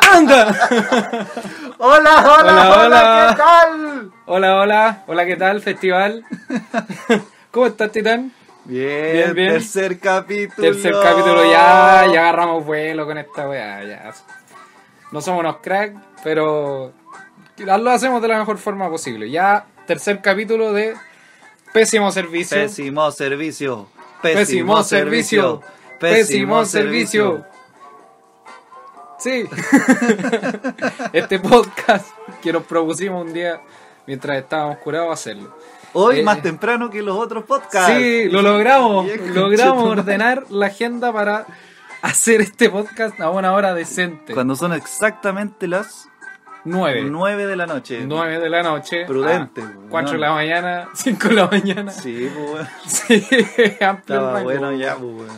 ¡Anda! Hola, hola, hola, Hola, hola. ¿qué tal? Hola, hola, hola, ¿qué tal, festival? ¿Cómo estás, Titán? Bien, Bien, bien. tercer capítulo. Tercer capítulo, ya, ya agarramos vuelo con esta weá, ya. No somos unos cracks, pero lo hacemos de la mejor forma posible. Ya, tercer capítulo de Pésimo Servicio. Pésimo servicio. Pésimo servicio. Pésimo servicio. Sí. este podcast que nos propusimos un día mientras estábamos curados a hacerlo. Hoy Eh. más temprano que los otros podcasts. Sí, lo logramos. Viejo Logramos chetumadre. ordenar la agenda para hacer este podcast a una hora decente. Cuando son exactamente las Nueve. 9 de la noche. 9 de la noche. Prudente, a weón. 4 de la mañana, 5 de la mañana. Sí, Sí, pues bueno. amplio Estaba rango. bueno ya, pues bueno.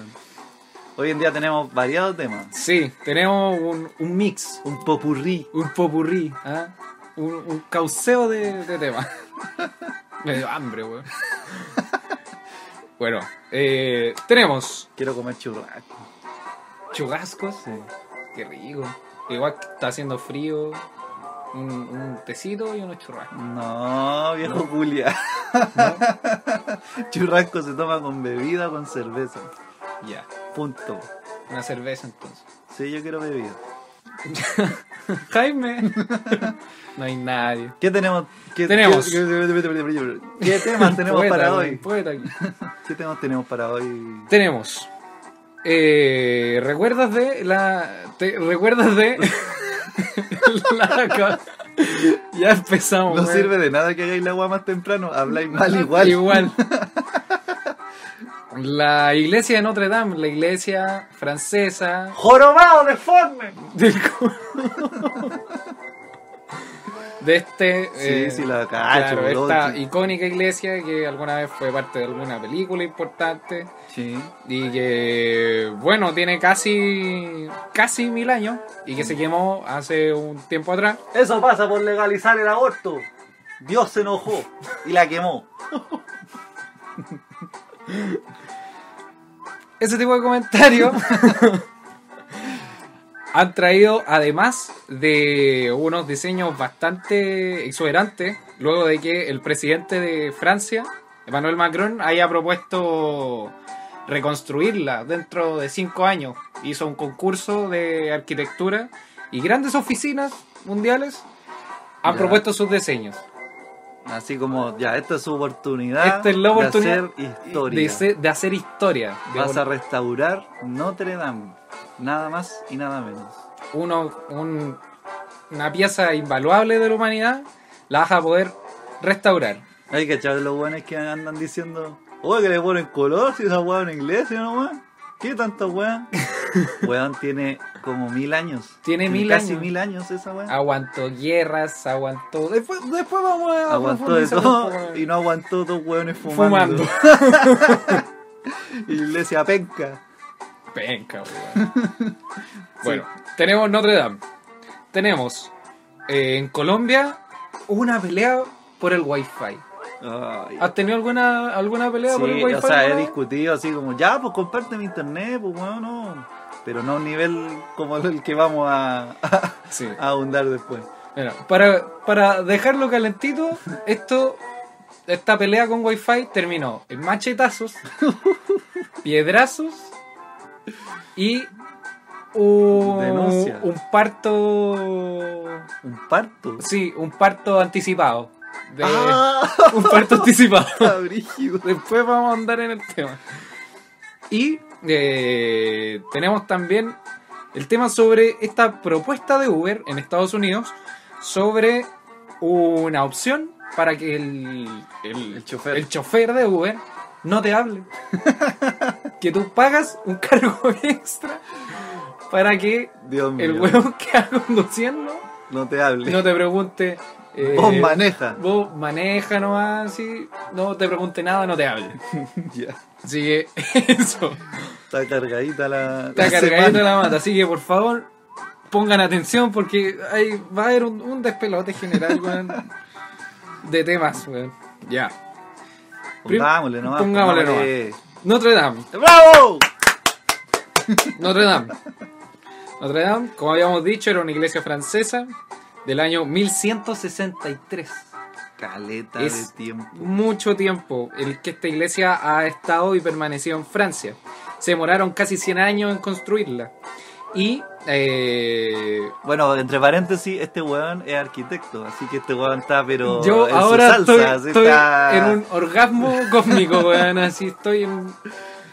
Hoy en día tenemos variados temas. Sí, tenemos un, un mix, Un popurrí. un popurrí, ¿ah? un, un cauceo de, de temas. Me dio hambre, weón. Bueno, eh, tenemos Quiero comer churrasco. churrascos. eh, Sí. Qué rico. Igual que está haciendo frío. Un, un tecito y unos churrascos. No, viejo Julia. Churrasco se toma con bebida o con cerveza. Ya. Punto. Una cerveza entonces. Sí, yo quiero bebida. Jaime. no hay nadie. ¿Qué tenemos? ¿Qué, Tenemos. ¿Qué, qué temas tenemos Poeta, para güey, hoy? poeta. ¿Qué temas tenemos para hoy? Tenemos. eh, ¿Recuerdas de la. te- ¿Recuerdas de.? la ca- ya empezamos. No güey. sirve de nada que hagáis la agua más temprano. Habláis mal igual. Igual. La iglesia de Notre Dame, la iglesia francesa ¡Jorobado, deforme! del co- de este Sí, eh, sí, la cacho, claro, bro, esta sí. icónica iglesia que alguna vez fue parte de alguna película importante Sí. y que bueno tiene casi casi mil años y que se quemó hace un tiempo atrás Eso pasa por legalizar el aborto. Dios se enojó y la quemó. ese tipo de comentarios han traído además de unos diseños bastante exuberantes luego de que el presidente de Francia Emmanuel Macron haya propuesto reconstruirla dentro de cinco años hizo un concurso de arquitectura y grandes oficinas mundiales han Ya. propuesto sus diseños Así como, ya, esta es su oportunidad. Esta es la oportunidad De hacer historia. de, se- de hacer historia de Vas a restaurar Notre Dame. Nada más y nada menos. uno, un- una pieza invaluable de la humanidad, la vas a poder restaurar. Hay que echar los buenos que andan diciendo, oye, que le ponen color si esa weá en inglés, ¿no, weón? ¿Qué tanta weá? weón tiene como mil años. Tiene mil casi años. Ah, mil años esa weá. Aguantó guerras, aguantó. Después, después vamos a. Aguantó de profundizar un poco, todo weón. y no aguantó dos weones fumando. Fumando. Iglesia penca. Penca, weón. Bueno, tenemos Notre Dame. Tenemos eh, en Colombia una pelea por el Wi-Fi. Ay. ¿Has tenido alguna, alguna pelea por el Sí, Wi-Fi? o sea, he weón? discutido así como, ya, pues comparte mi internet, pues weón, no. Pero no a un nivel como el que vamos a- a, Sí. a ahondar después. Mira, para, para dejarlo calentito, esto, esta pelea con Wi-Fi terminó en machetazos, piedrazos y un, Denuncia. un parto. Un parto. Sí, un parto anticipado. de- ¡Ah! Un parto anticipado. Está brígido. Después vamos a andar en el tema. Y eh, tenemos también el tema sobre esta propuesta de Uber en Estados Unidos sobre una opción para que el, El chofer. el chofer de Uber no te hable. que tú pagas un cargo extra para que Dios mío. el huevo que va conduciendo No te hable. no te pregunte. eh, Vos maneja. Vos maneja nomás, sí, no te pregunte nada, no te hable. Ya. Así que eso, Está cargadita la. está la cargadito semana. la mata. Así que por favor, pongan atención porque ahí va a haber un, un despelote general, weón, de temas, weón. Ya. Prim- Pongámosle nomás. Pongámosle pongámosle. Notre Dame, ¡Bravo! Notre Dame. Notre Dame, como habíamos dicho, era una iglesia francesa del año 1163. Caleta Es- de tiempo. Mucho tiempo el que esta iglesia ha estado y permanecido en Francia. Se demoraron casi 100 años en construirla. Y eh, Bueno, entre paréntesis, este weón es arquitecto, así que este weón está, pero. Yo en su ahora salsa, estoy, así, estoy está- en un orgasmo cósmico, weón. Así estoy en.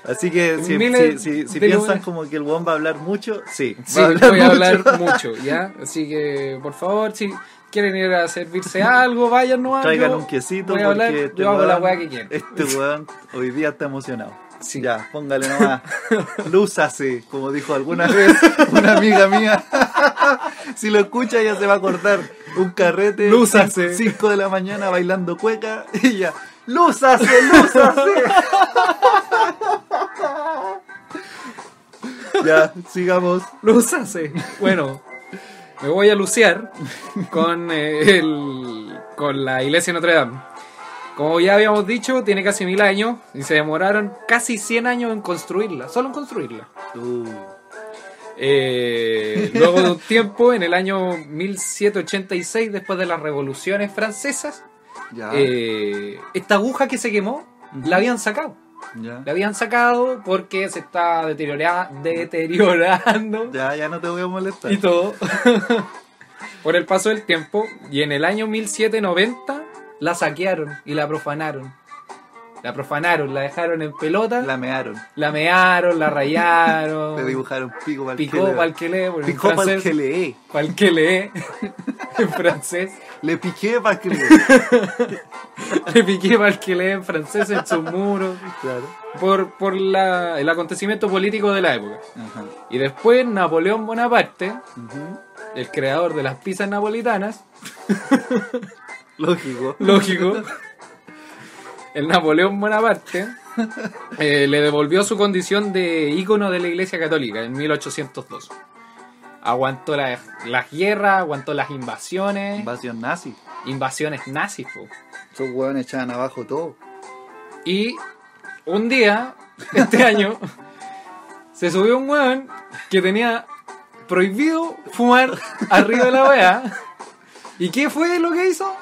Así que si, miles si- si- si de piensan lugares. como que el weón va a hablar mucho, sí. Sí, va voy a hablar mucho. mucho, ¿ya? Así que, por favor, si quieren ir a servirse algo, vayan, no Traigan Ah, yo un quesito voy porque a hablar, este yo hago la weón- weá que quiero. Este weón hoy día está emocionado. Sí. Ya, póngale nomás. Lúzase, como dijo alguna vez una amiga mía. si lo escucha ya se va a cortar un carrete. Lúzase. 5 de la mañana bailando cueca y ya. Lúzase, lúzase. ya, sigamos. Luzase. eh. Bueno, me voy a luciar con, eh, el, con la iglesia de Notre Dame. Como ya habíamos dicho, tiene casi mil años y se demoraron casi 100 años en construirla, solo en construirla. Uh, Eh, luego de un tiempo, en el año 1786, después de las revoluciones francesas, ya, eh, esta aguja que se quemó la habían sacado. ya. La habían sacado porque se está deteriora- deteriorando Ya, ya no te voy a molestar. y todo. Por el paso del tiempo, y en el año 1790 la saquearon y la profanaron. La profanaron, la dejaron en pelota, la, La mearon. mearon, la rayaron, Le dibujaron pico pa'l que picó le- pa'l que lee, porque en Picó pa'l francés- que lee. Pa'l que lee en francés. Le piqué pa'l que lee. Le piqué pa'l que lee en francés en sus muros. Claro. Por, por la- el acontecimiento político de la época. Ajá. Y después Napoleón Bonaparte, Ujú. el creador de las pizzas napolitanas, Lógico. lógico. El Napoleón Bonaparte eh, le devolvió su condición de ícono de la Iglesia Católica en 1802. Aguantó la- las guerras, aguantó las invasiones, Invasión nazi. invasiones nazis. po. Esos hueones echaban abajo todo. Y un día, este año, se subió un weón que tenía prohibido fumar arriba de la weá. ¿Y qué fue lo que hizo?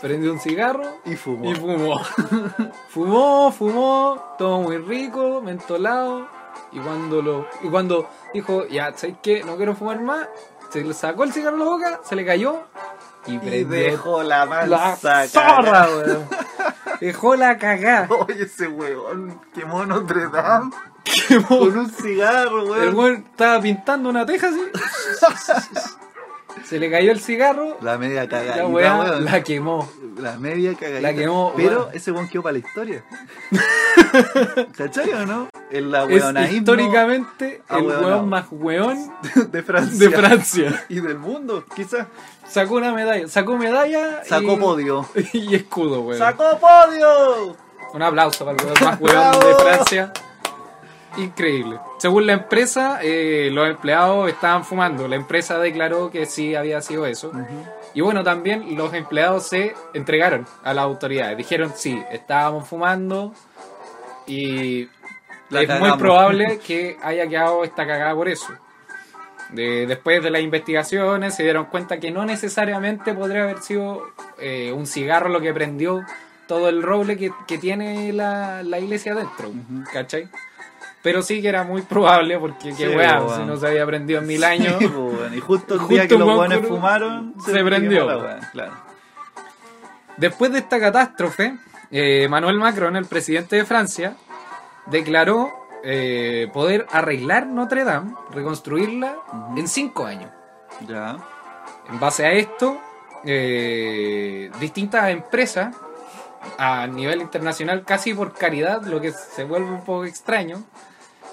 Prendió un cigarro Y fumó. y fumó. Fumó, fumó, todo muy rico, mentolado. Y cuando lo. Y cuando dijo, ya, ¿sabes qué? No quiero fumar más, se le sacó el cigarro de la boca, se le cayó y Y prendió dejó la la mansa zorra, weón. Dejó la cagada. Oye, ese hueón quemó Notre Dame Quemó. con un cigarro, El hueón. weón estaba pintando una teja así. Se le cayó el cigarro. La media La, cagada. weá hueón. la quemó. La media cagadita. La quemó, Pero weón. ese hueón quedó para la historia. ¿Cachai o no? Es la Es hueonaísmo históricamente el ahueonado. weón más weón de Francia. de Francia. Y del mundo, quizás. Sacó una medalla. Sacó medalla. y- Sacó podio. Y escudo, weón. ¡Sacó podio! Un aplauso para el weón más weón de ¡Bravo! Francia. Increíble. Según la empresa, eh, los empleados estaban fumando. La empresa declaró que sí había sido eso. Y bueno, también los empleados se entregaron a las autoridades. Dijeron, sí, estábamos fumando y La es muy cagamos. probable que haya quedado esta cagada por eso. De- después de las investigaciones se dieron cuenta que no necesariamente podría haber sido eh, un cigarro lo que prendió todo el roble que, que tiene la, la iglesia adentro, Ujú. ¿cachai? Pero sí que era muy probable porque qué Sí, weá, weón. si no se había prendido en mil años. Sí, po, weón. Y justo el Justo día que un los weón hueones con un- fumaron, se prendió. quemó la weá, claro. Después de esta catástrofe, eh, Manuel Macron, el presidente de Francia, declaró eh, poder arreglar Notre Dame, reconstruirla Ujú. en cinco años. Ya. En base a esto, eh, distintas empresas a nivel internacional, casi por caridad, lo que se vuelve un poco extraño,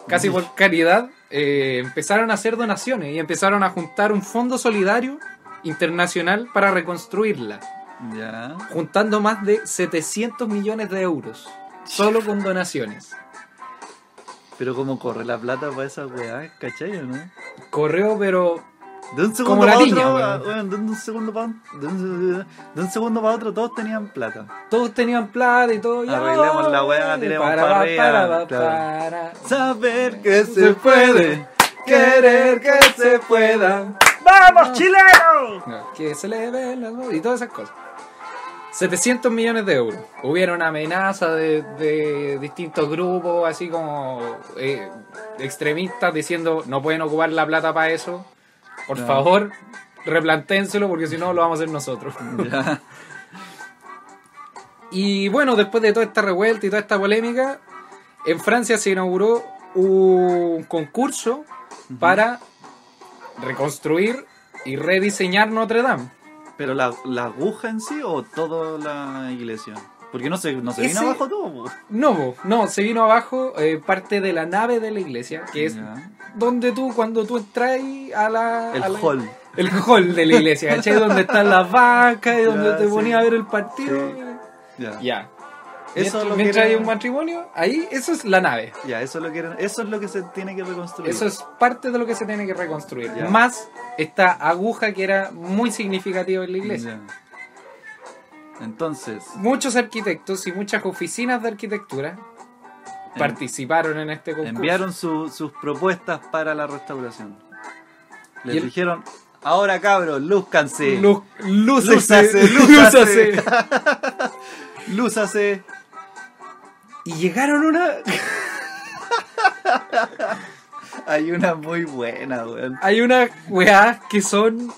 casi por caridad, eh, empezaron a hacer donaciones y empezaron a juntar un fondo solidario internacional para reconstruirla Ya. juntando más de 700 millones de euros, solo con donaciones. Pero cómo corre la plata para esa weá, ¿cachai o no? Correo, pero De un Como segundo la para piña, otro, weón. weón, de un segundo para de un, de un segundo para otro todos tenían plata. todos tenían plata y todo. y Arreglemos la weá, ay, tiremos para, para arriba, para, para, claro. para. Saber que se puede. Querer que se pueda. ¡Vamos, chilenos! No, que se le ven las manos y todas esas cosas. 700 millones de euros. Hubieron amenazas de, de distintos grupos, así como eh, extremistas, diciendo no pueden ocupar la plata para eso. Por Ya. favor, replanténselo porque si no lo vamos a hacer nosotros. Ya. Y bueno, después de toda esta revuelta y toda esta polémica, en Francia se inauguró un concurso para reconstruir y rediseñar Notre Dame. ¿Pero la, la aguja en sí o toda la iglesia? Porque no se, no se Ese- vino abajo todo. po. No, po, no, se vino abajo eh, parte de la nave de la iglesia, que es Ya. donde tú, cuando tú entras a la... El a la- hall. El hall de la iglesia, ¿cachai? donde están las vacas y donde Ya, te sí. ponías a ver el partido. Sí. Ya. Ya. Eso mientras lo mientras hay quieren- un matrimonio, ahí, eso es la nave. Ya, eso lo quieren, eso es lo que se tiene que reconstruir. Eso es parte de lo que se tiene que reconstruir. Ya. Más esta aguja que era muy significativa en la iglesia. Ya. Entonces, Muchos arquitectos y muchas oficinas de arquitectura En- participaron en este concurso. enviaron su- sus propuestas para la restauración. Les Y el- dijeron, ahora cabros, lúzcanse. Lu- lúcese, Lúzase, lúzase. lúzase. lúzase. Y llegaron una. Hay una muy buena, weón. Hay unas weas que son.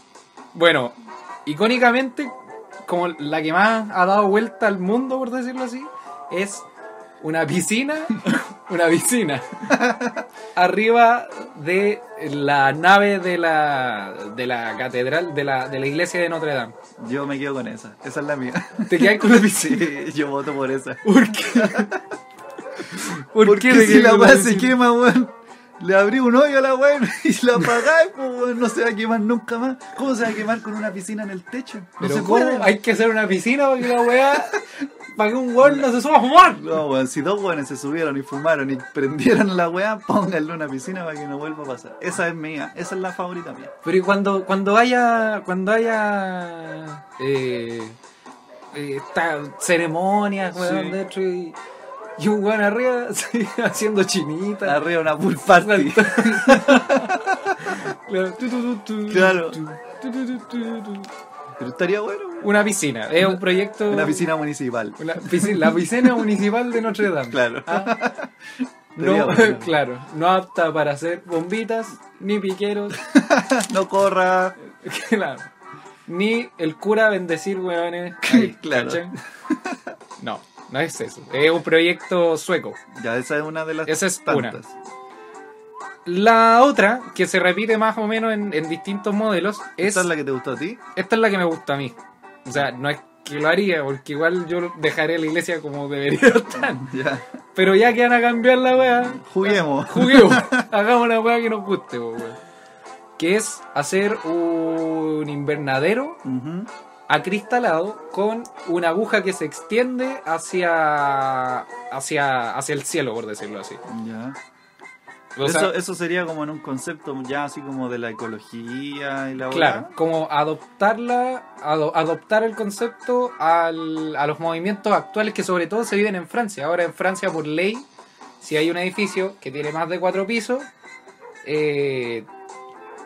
Bueno, icónicamente, como la que más ha dado vuelta al mundo, por decirlo así, es una piscina. Una piscina. arriba de la nave de la, de la catedral, de la, de la iglesia de Notre Dame. Yo me quedo con esa. Esa es la mía. ¿Te quedas con la piscina? Sí, yo voto por esa. ¿Por qué? ¿Por, Porque te si quedas la con weá se piscina? quema, weón. Le abrí un hoyo a la weá y la apagáis, pues, weón. No se va a quemar nunca más. ¿Cómo se va a quemar con una piscina en el techo? No Pero se ¿cómo? puede. Hay que hacer una piscina para que la wea. para que un weón no se suba a fumar. No, weón, si dos weones se subieron y fumaron y prendieron la weá, pónganle una piscina para que no vuelva a pasar. Esa es mía, esa es la favorita mía. Pero y cuando, cuando haya. Cuando haya. Eh, eh, esta ceremonia, weón, Sí. dentro y. Y un weón arriba así, haciendo chinita. Arriba una pool party. Claro. Tu, tu, tu, tu, Claro. tu, tu, tu, tu, tu. Pero estaría bueno, weón. Una piscina, es un proyecto. Una piscina municipal. una piscina- la piscina municipal de Notre Dame. Claro. Ah, Estaría no, bueno. claro, no apta para hacer bombitas, ni piqueros, No corra. Claro. Ni el cura bendecir hueones. ahí, Claro. ¿cachai? No, no es eso. Es un proyecto sueco. Ya, esa es una de las Esa es una. tantas. La otra, que se repite más o menos en, en distintos modelos, es, ¿Esa es la que te gustó a ti? esta es la que me gusta a mí. O sea, no es que lo haría, porque igual yo dejaré la iglesia como debería estar. Ya. Pero ya que van a cambiar la wea, Juguemos. juguemos. Hagamos una wea que nos guste, po, weón. Que es hacer un invernadero Ujú. acristalado con una aguja que se extiende hacia hacia hacia el cielo por decirlo así Ya. O sea, eso, eso sería como en un concepto ya así como de la ecología y la claro weá. como adoptarla ado- adoptar el concepto al- a los movimientos actuales que sobre todo se viven en Francia ahora en Francia por ley si hay un edificio que tiene más de cuatro pisos eh,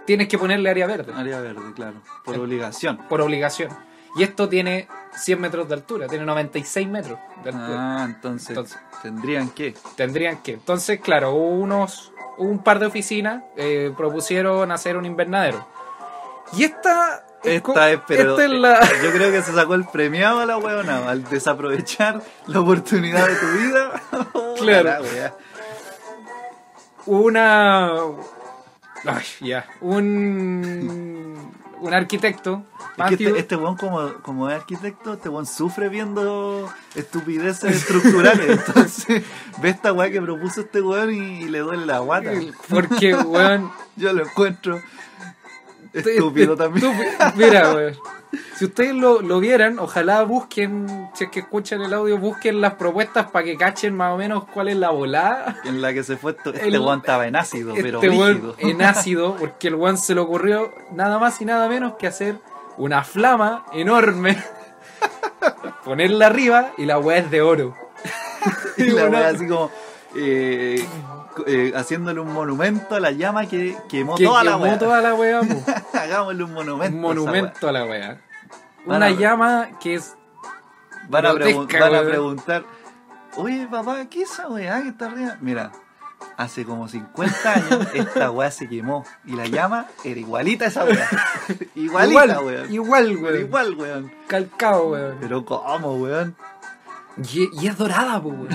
tienes que ponerle área verde Área verde, claro. Por Sí. obligación. por obligación y esto tiene 100 metros de altura tiene 96 metros de altura Ah, entonces, Entonces. tendrían que. Tendrían que. Entonces, claro, unos un par de oficinas eh, propusieron hacer un invernadero. Y esta. Esta es, pero eh. esta es la. yo creo que se sacó el premiado a la weona al desaprovechar la oportunidad de tu vida. Claro. La weá. Una. Ay, ya. Un. Un arquitecto. Es que Matthew- este, este weón como, como es arquitecto, este weón sufre viendo estupideces estructurales. Entonces, ve esta weá que propuso este weón y, y le duele la guata. Porque, weón. Yo lo encuentro Este estúpido también. Estúpido. Mira, weón. Si ustedes lo, lo vieran, ojalá busquen, si es que escuchan el audio, busquen las propuestas para que cachen más o menos cuál es la volada. En la que se fue esto- este El- weón estaba en ácido, pero este weón rígido. en ácido, porque el weón se le ocurrió nada más y nada menos que hacer una flama enorme, ponerla arriba y la weá es de oro. Y la una- weá así como, eh, eh, haciéndole un monumento a la llama que quemó Que toda la quemó weá. toda la wea, po. Hagámosle un monumento. Un a esa weá. monumento a la wea. Van Una a- llama que es. Van a, pregun- Grotesca, van a weón. preguntar, oye papá, ¿qué es esa weá que está arriba? Mira, hace como 50 años esta weá se quemó y la llama era igualita a esa weá. igualita, igual, weón. igual, Pero weón. igual, weón. Calcado, weón. Pero cómo, weón. Y, y es dorada, po, weón.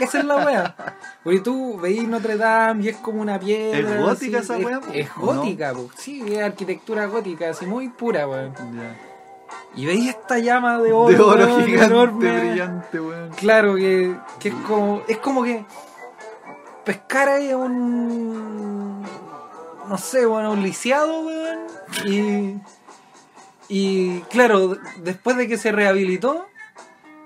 Esa es la wea. Porque tú veis Notre Dame y es como una piedra. Es gótica así, esa es- wea, po, Es ¿o no? gótica, po. Sí, es arquitectura gótica, así muy pura, weón. Ya. Y veis esta llama de oro. de oro Oh, weón, gigante, enorme. brillante, weón. Claro, que, que es como. Es como que. Pescar ahí un. No sé, bueno, un lisiado, weón. Y. Y claro, después de que se rehabilitó,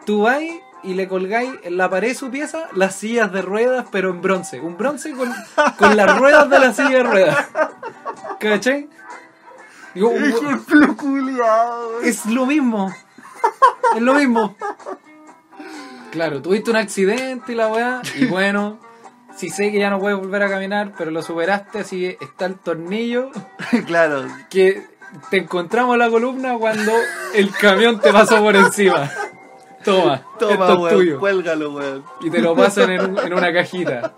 tú vas y le colgáis en la pared de su pieza las sillas de ruedas, pero en bronce. Un bronce con, con las ruedas de la silla de ruedas. ¿Cachai? Digo, el pelo culiao, weón. es lo mismo. Es lo mismo. Claro, tuviste un accidente y la weá. Y bueno, si sé que ya no puedes volver a caminar, pero lo superaste, así que está el tornillo. claro, Que te encontramos la columna cuando el camión te pasó por encima. Toma, esto toma, es weón. tuyo. Cuélgalo, weón. Y te lo pasan en, un- en una cajita.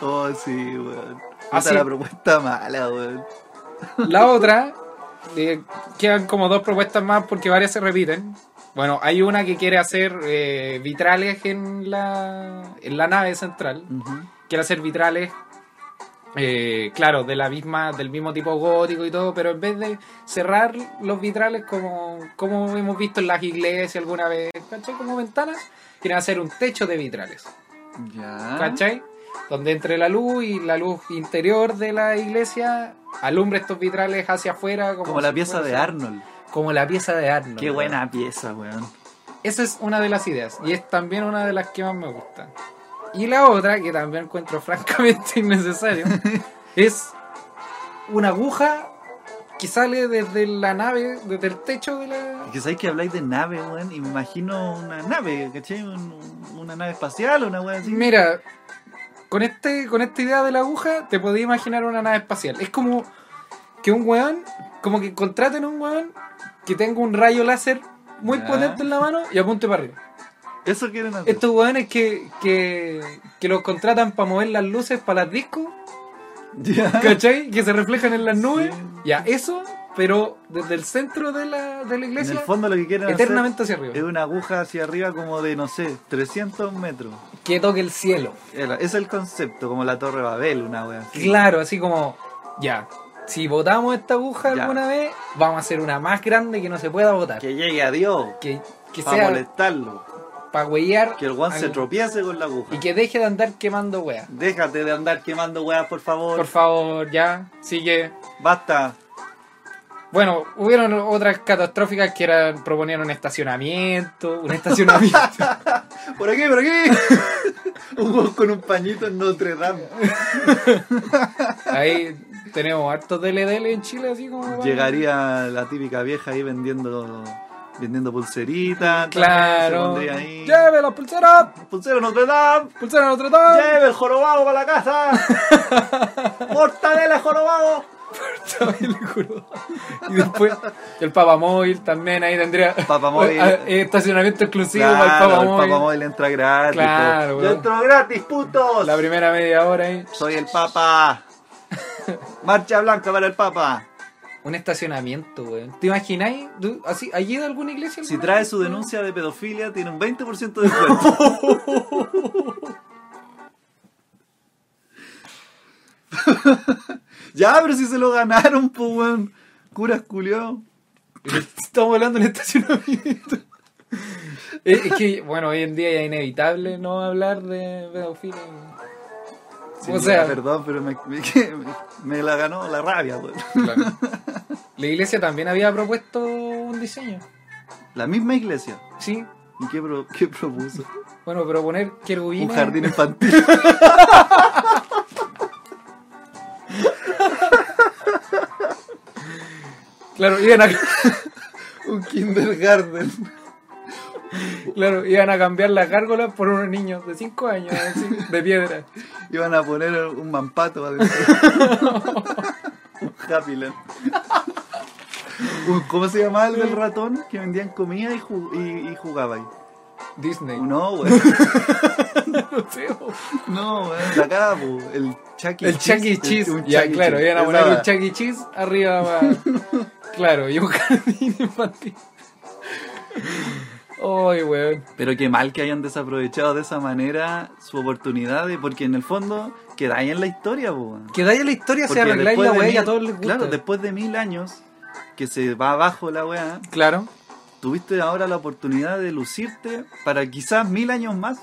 Oh, sí, weón. Esa Así- la propuesta mala, weón. La otra, eh, quedan como dos propuestas más porque varias se repiten. Bueno, hay una que quiere hacer eh, vitrales en la, en la nave central. Ujú. Quiere hacer vitrales, eh, claro, de la misma, del mismo tipo gótico y todo, pero en vez de cerrar los vitrales como, como hemos visto en las iglesias alguna vez, ¿cachai? Como ventanas, quieren hacer un techo de vitrales. Ya. ¿cachai? Donde entre la luz y la luz interior de la iglesia alumbra estos vitrales hacia afuera. Como, Como la si pieza fuese- de Arnold. Como la pieza de Arnold. Qué weón. buena pieza, weón. Esa es una de las ideas y es también una de las que más me gustan. Y la otra, que también encuentro francamente innecesario, es una aguja que sale desde la nave, desde el techo de la... Es que sabéis que habláis de nave, weón, y me imagino una nave, ¿cachai? Un- un- una nave espacial, una weón así. Mira, con, este, con esta idea de la aguja te podías imaginar una nave espacial. Es como que un weón, como que contraten a un weón que tenga un rayo láser muy Ya. potente en la mano y apunte para arriba. Eso quieren hacer. Estos weones que, que, que los contratan para mover las luces para las discos, Ya. ¿cachai? Que se reflejan en las nubes. Sí. Ya, eso, pero desde el centro de la, de la En el iglesia, fondo lo que quieren eternamente hacia hacer es arriba. una aguja hacia arriba como de, no sé, 300 metros. Que toque el cielo. El- Es el concepto, como la Torre Babel, una weón. así. Claro, así como, ya, si botamos esta aguja Ya. alguna vez, vamos a hacer una más grande que no se pueda botar. Que, Que llegue a Dios. que, para sea molestarlo. para huellar Que el weón se algo. tropiece con la aguja. y que deje de andar quemando weas. Déjate de andar quemando weas, por favor. Por favor, ya, sigue. Basta. Bueno, hubieron otras catastróficas que eran, proponían un estacionamiento, un estacionamiento. Por aquí, por aquí. un weón con un pañito en Notre Dame. Ahí tenemos hartos DLDL en Chile, así como... bueno. Llegaría la típica vieja ahí vendiendo vendiendo pulseritas. Claro. también Se pondría ahí. Lleve la pulsera, Pulsera Notre Dame. pulsera Notre Dame. Lleve el jorobado para la casa. Mortadela jorobado. También le juro. Y después el papamóvil también ahí tendría Papamóvil. Ah, eh, estacionamiento exclusivo para el Claro, el papamóvil. Papa Móvil entra gratis. Claro, po. weón. Yo entro gratis, putos. La primera media hora eh. ahí. Soy el Papa. Marcha blanca para el Papa. Un estacionamiento, weón. ¿Te imagináis? ¿Tú- así, ¿Hay ido a alguna iglesia? Si alguna trae su vez? denuncia de pedofilia, tiene un 20% de descuento. ya, pero si se lo ganaron, pues, weón. Curas culiao. Estamos hablando de un estacionamiento. Eh, es, es que, bueno, hoy en día ya es inevitable no hablar de pedofilia. Sí, o sea, Perdón, pero me, me- me la ganó la rabia, weón. claro. la iglesia también había propuesto un diseño. La misma iglesia. Sí, ¿Y qué, pro- qué propuso? bueno, pero poner Un querubines. jardín infantil. Claro, iban a. un kindergarten. Claro, iban a cambiar las gárgolas por unos niños de 5 años, así, de piedra. Iban a poner un mampato adentro. un Happyland. Un- ¿Cómo se llamaba el del ratón? Que vendían comida y, ju- y, y jugaba ahí. Disney. No, weón. No sé, po. No, weón. La cara, po. El Chucky El Chuck E. Cheese. un ya, Chuck E. claro, Cheese. iban a Esa poner weá. un Chuck E. Cheese arriba. va. claro, y un jardín infantil. Ay, weón. Pero qué mal que hayan desaprovechado de esa manera su oportunidad, de- porque en el fondo quedáis en la historia, po. weón. Quedáis en la historia, se Porque arregláis después la de weá y mil- a todos les gusta. Claro, después de mil años que se va abajo la weá, Claro. tuviste ahora la oportunidad de lucirte para quizás mil años más.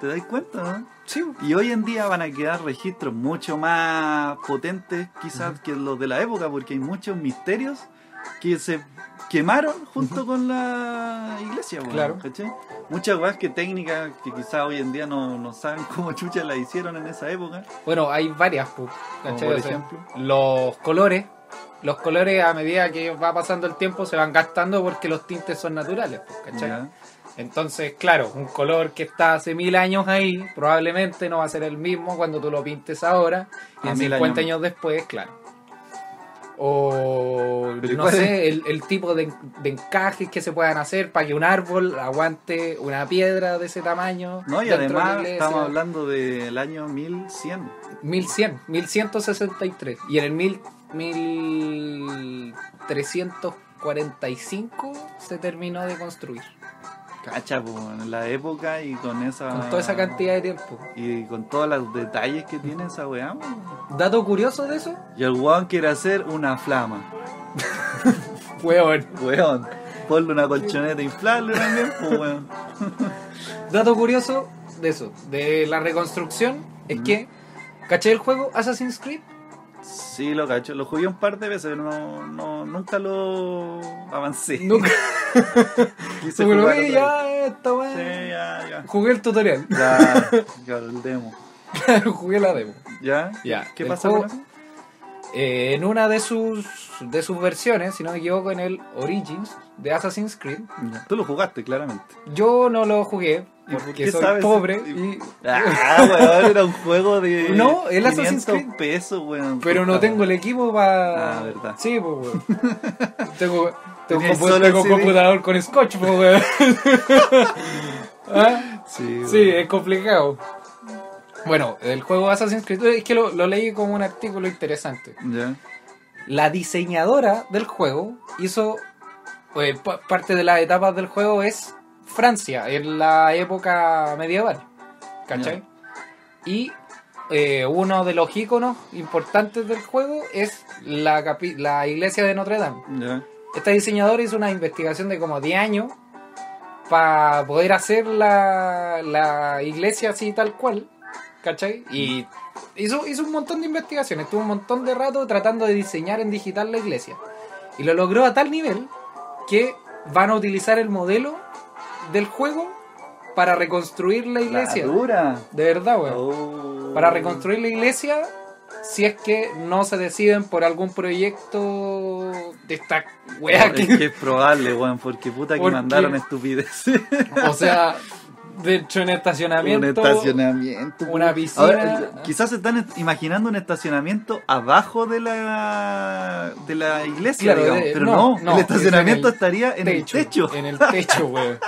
¿Te dais cuenta, no? Sí, Y hoy en día van a quedar registros mucho más potentes quizás que los de la época, porque hay muchos misterios que se quemaron junto con la iglesia, weón, Claro. ¿cachai? Muchas weas que técnicas que quizás hoy en día no, no saben cómo chucha la hicieron en esa época. Bueno, hay varias, po, ¿cachai? por O sea, ejemplo. los colores. Los colores a medida que va pasando el tiempo se van gastando porque los tintes son naturales, po, ¿cachai? Ya. Entonces, claro, un color que está hace mil años ahí probablemente no va a ser el mismo cuando tú lo pintes ahora y A en Ah, mil 50 años. años después, claro. O Pero no igual- sé, el, el tipo de, de encajes que se puedan hacer para que un árbol aguante una piedra de ese tamaño. No, y dentro de la además iglesia. estamos hablando del año 1100. 1100, 1163. Y en el mil- 1345 se terminó de construir. Cacha, po, en la época y con esa. Con toda esa cantidad de tiempo. Y con todos los detalles que tiene esa weá. weón. Dato curioso de eso, Y el weón quiere hacer una flama. Weón. Weón. Ponle una colchoneta inflable también, po, weón. Dato curioso de eso, de la reconstrucción, es que, ¿caché el juego Assassin's Creed? Sí, lo cacho. Lo jugué un par de veces, pero no, no, nunca lo avancé. Nunca. Quise Pero jugar ve, otra eh, ya, esta vez. weá. Sí, ya, ya. Jugué el tutorial, Ya, claro, el demo. jugué la demo. ¿Ya? Ya, ¿Qué el pasa juego- con eso? Eh, en una de sus, de sus versiones, si no me equivoco, en el Origins de Assassin's Creed, Ya, Tú lo jugaste, claramente. yo no lo jugué ¿Y por porque qué soy sabes? pobre Y- y... Ah, weón, era un juego de. No, el Assassin's 500 pesos, weón. Pero no Puta, tengo el equipo para... Ah, verdad. Sí, pues, weón. Tengo, tengo, Tenías compu- solo el tengo CD. computador con scotch, pues, weón. ¿Ah? Sí, Sí, weón. es complicado. Bueno, el juego Assassin's Creed, es que lo, lo leí como un artículo interesante. Ya. La diseñadora del juego hizo eh, pa- parte de las etapas del juego es Francia, en la época medieval. ¿Cachai? Y eh, uno de los iconos importantes del juego es la, capi- la iglesia de Notre Dame. Ya. Esta diseñadora Este hizo una investigación de como 10 años para poder hacer la, la iglesia así tal cual, ¿cachai? Y hizo, hizo un montón de investigaciones, estuvo un montón de rato tratando de diseñar en digital la iglesia. Y lo logró a tal nivel que van a utilizar el modelo del juego para reconstruir la iglesia. La dura. De verdad, weón. Oh. Para reconstruir la iglesia, si es que no se deciden por algún proyecto de esta wea Es que que es probable, weón, porque puta que ¿Por mandaron qué? estupideces. O sea, dentro en un estacionamiento. estacionamiento. una weón. piscina. Ahora, eh, quizás se están est- imaginando un estacionamiento abajo de la de la iglesia, Claro, digamos. de- Pero no, no, no, el es en estacionamiento el estaría en el techo. En el techo, weón.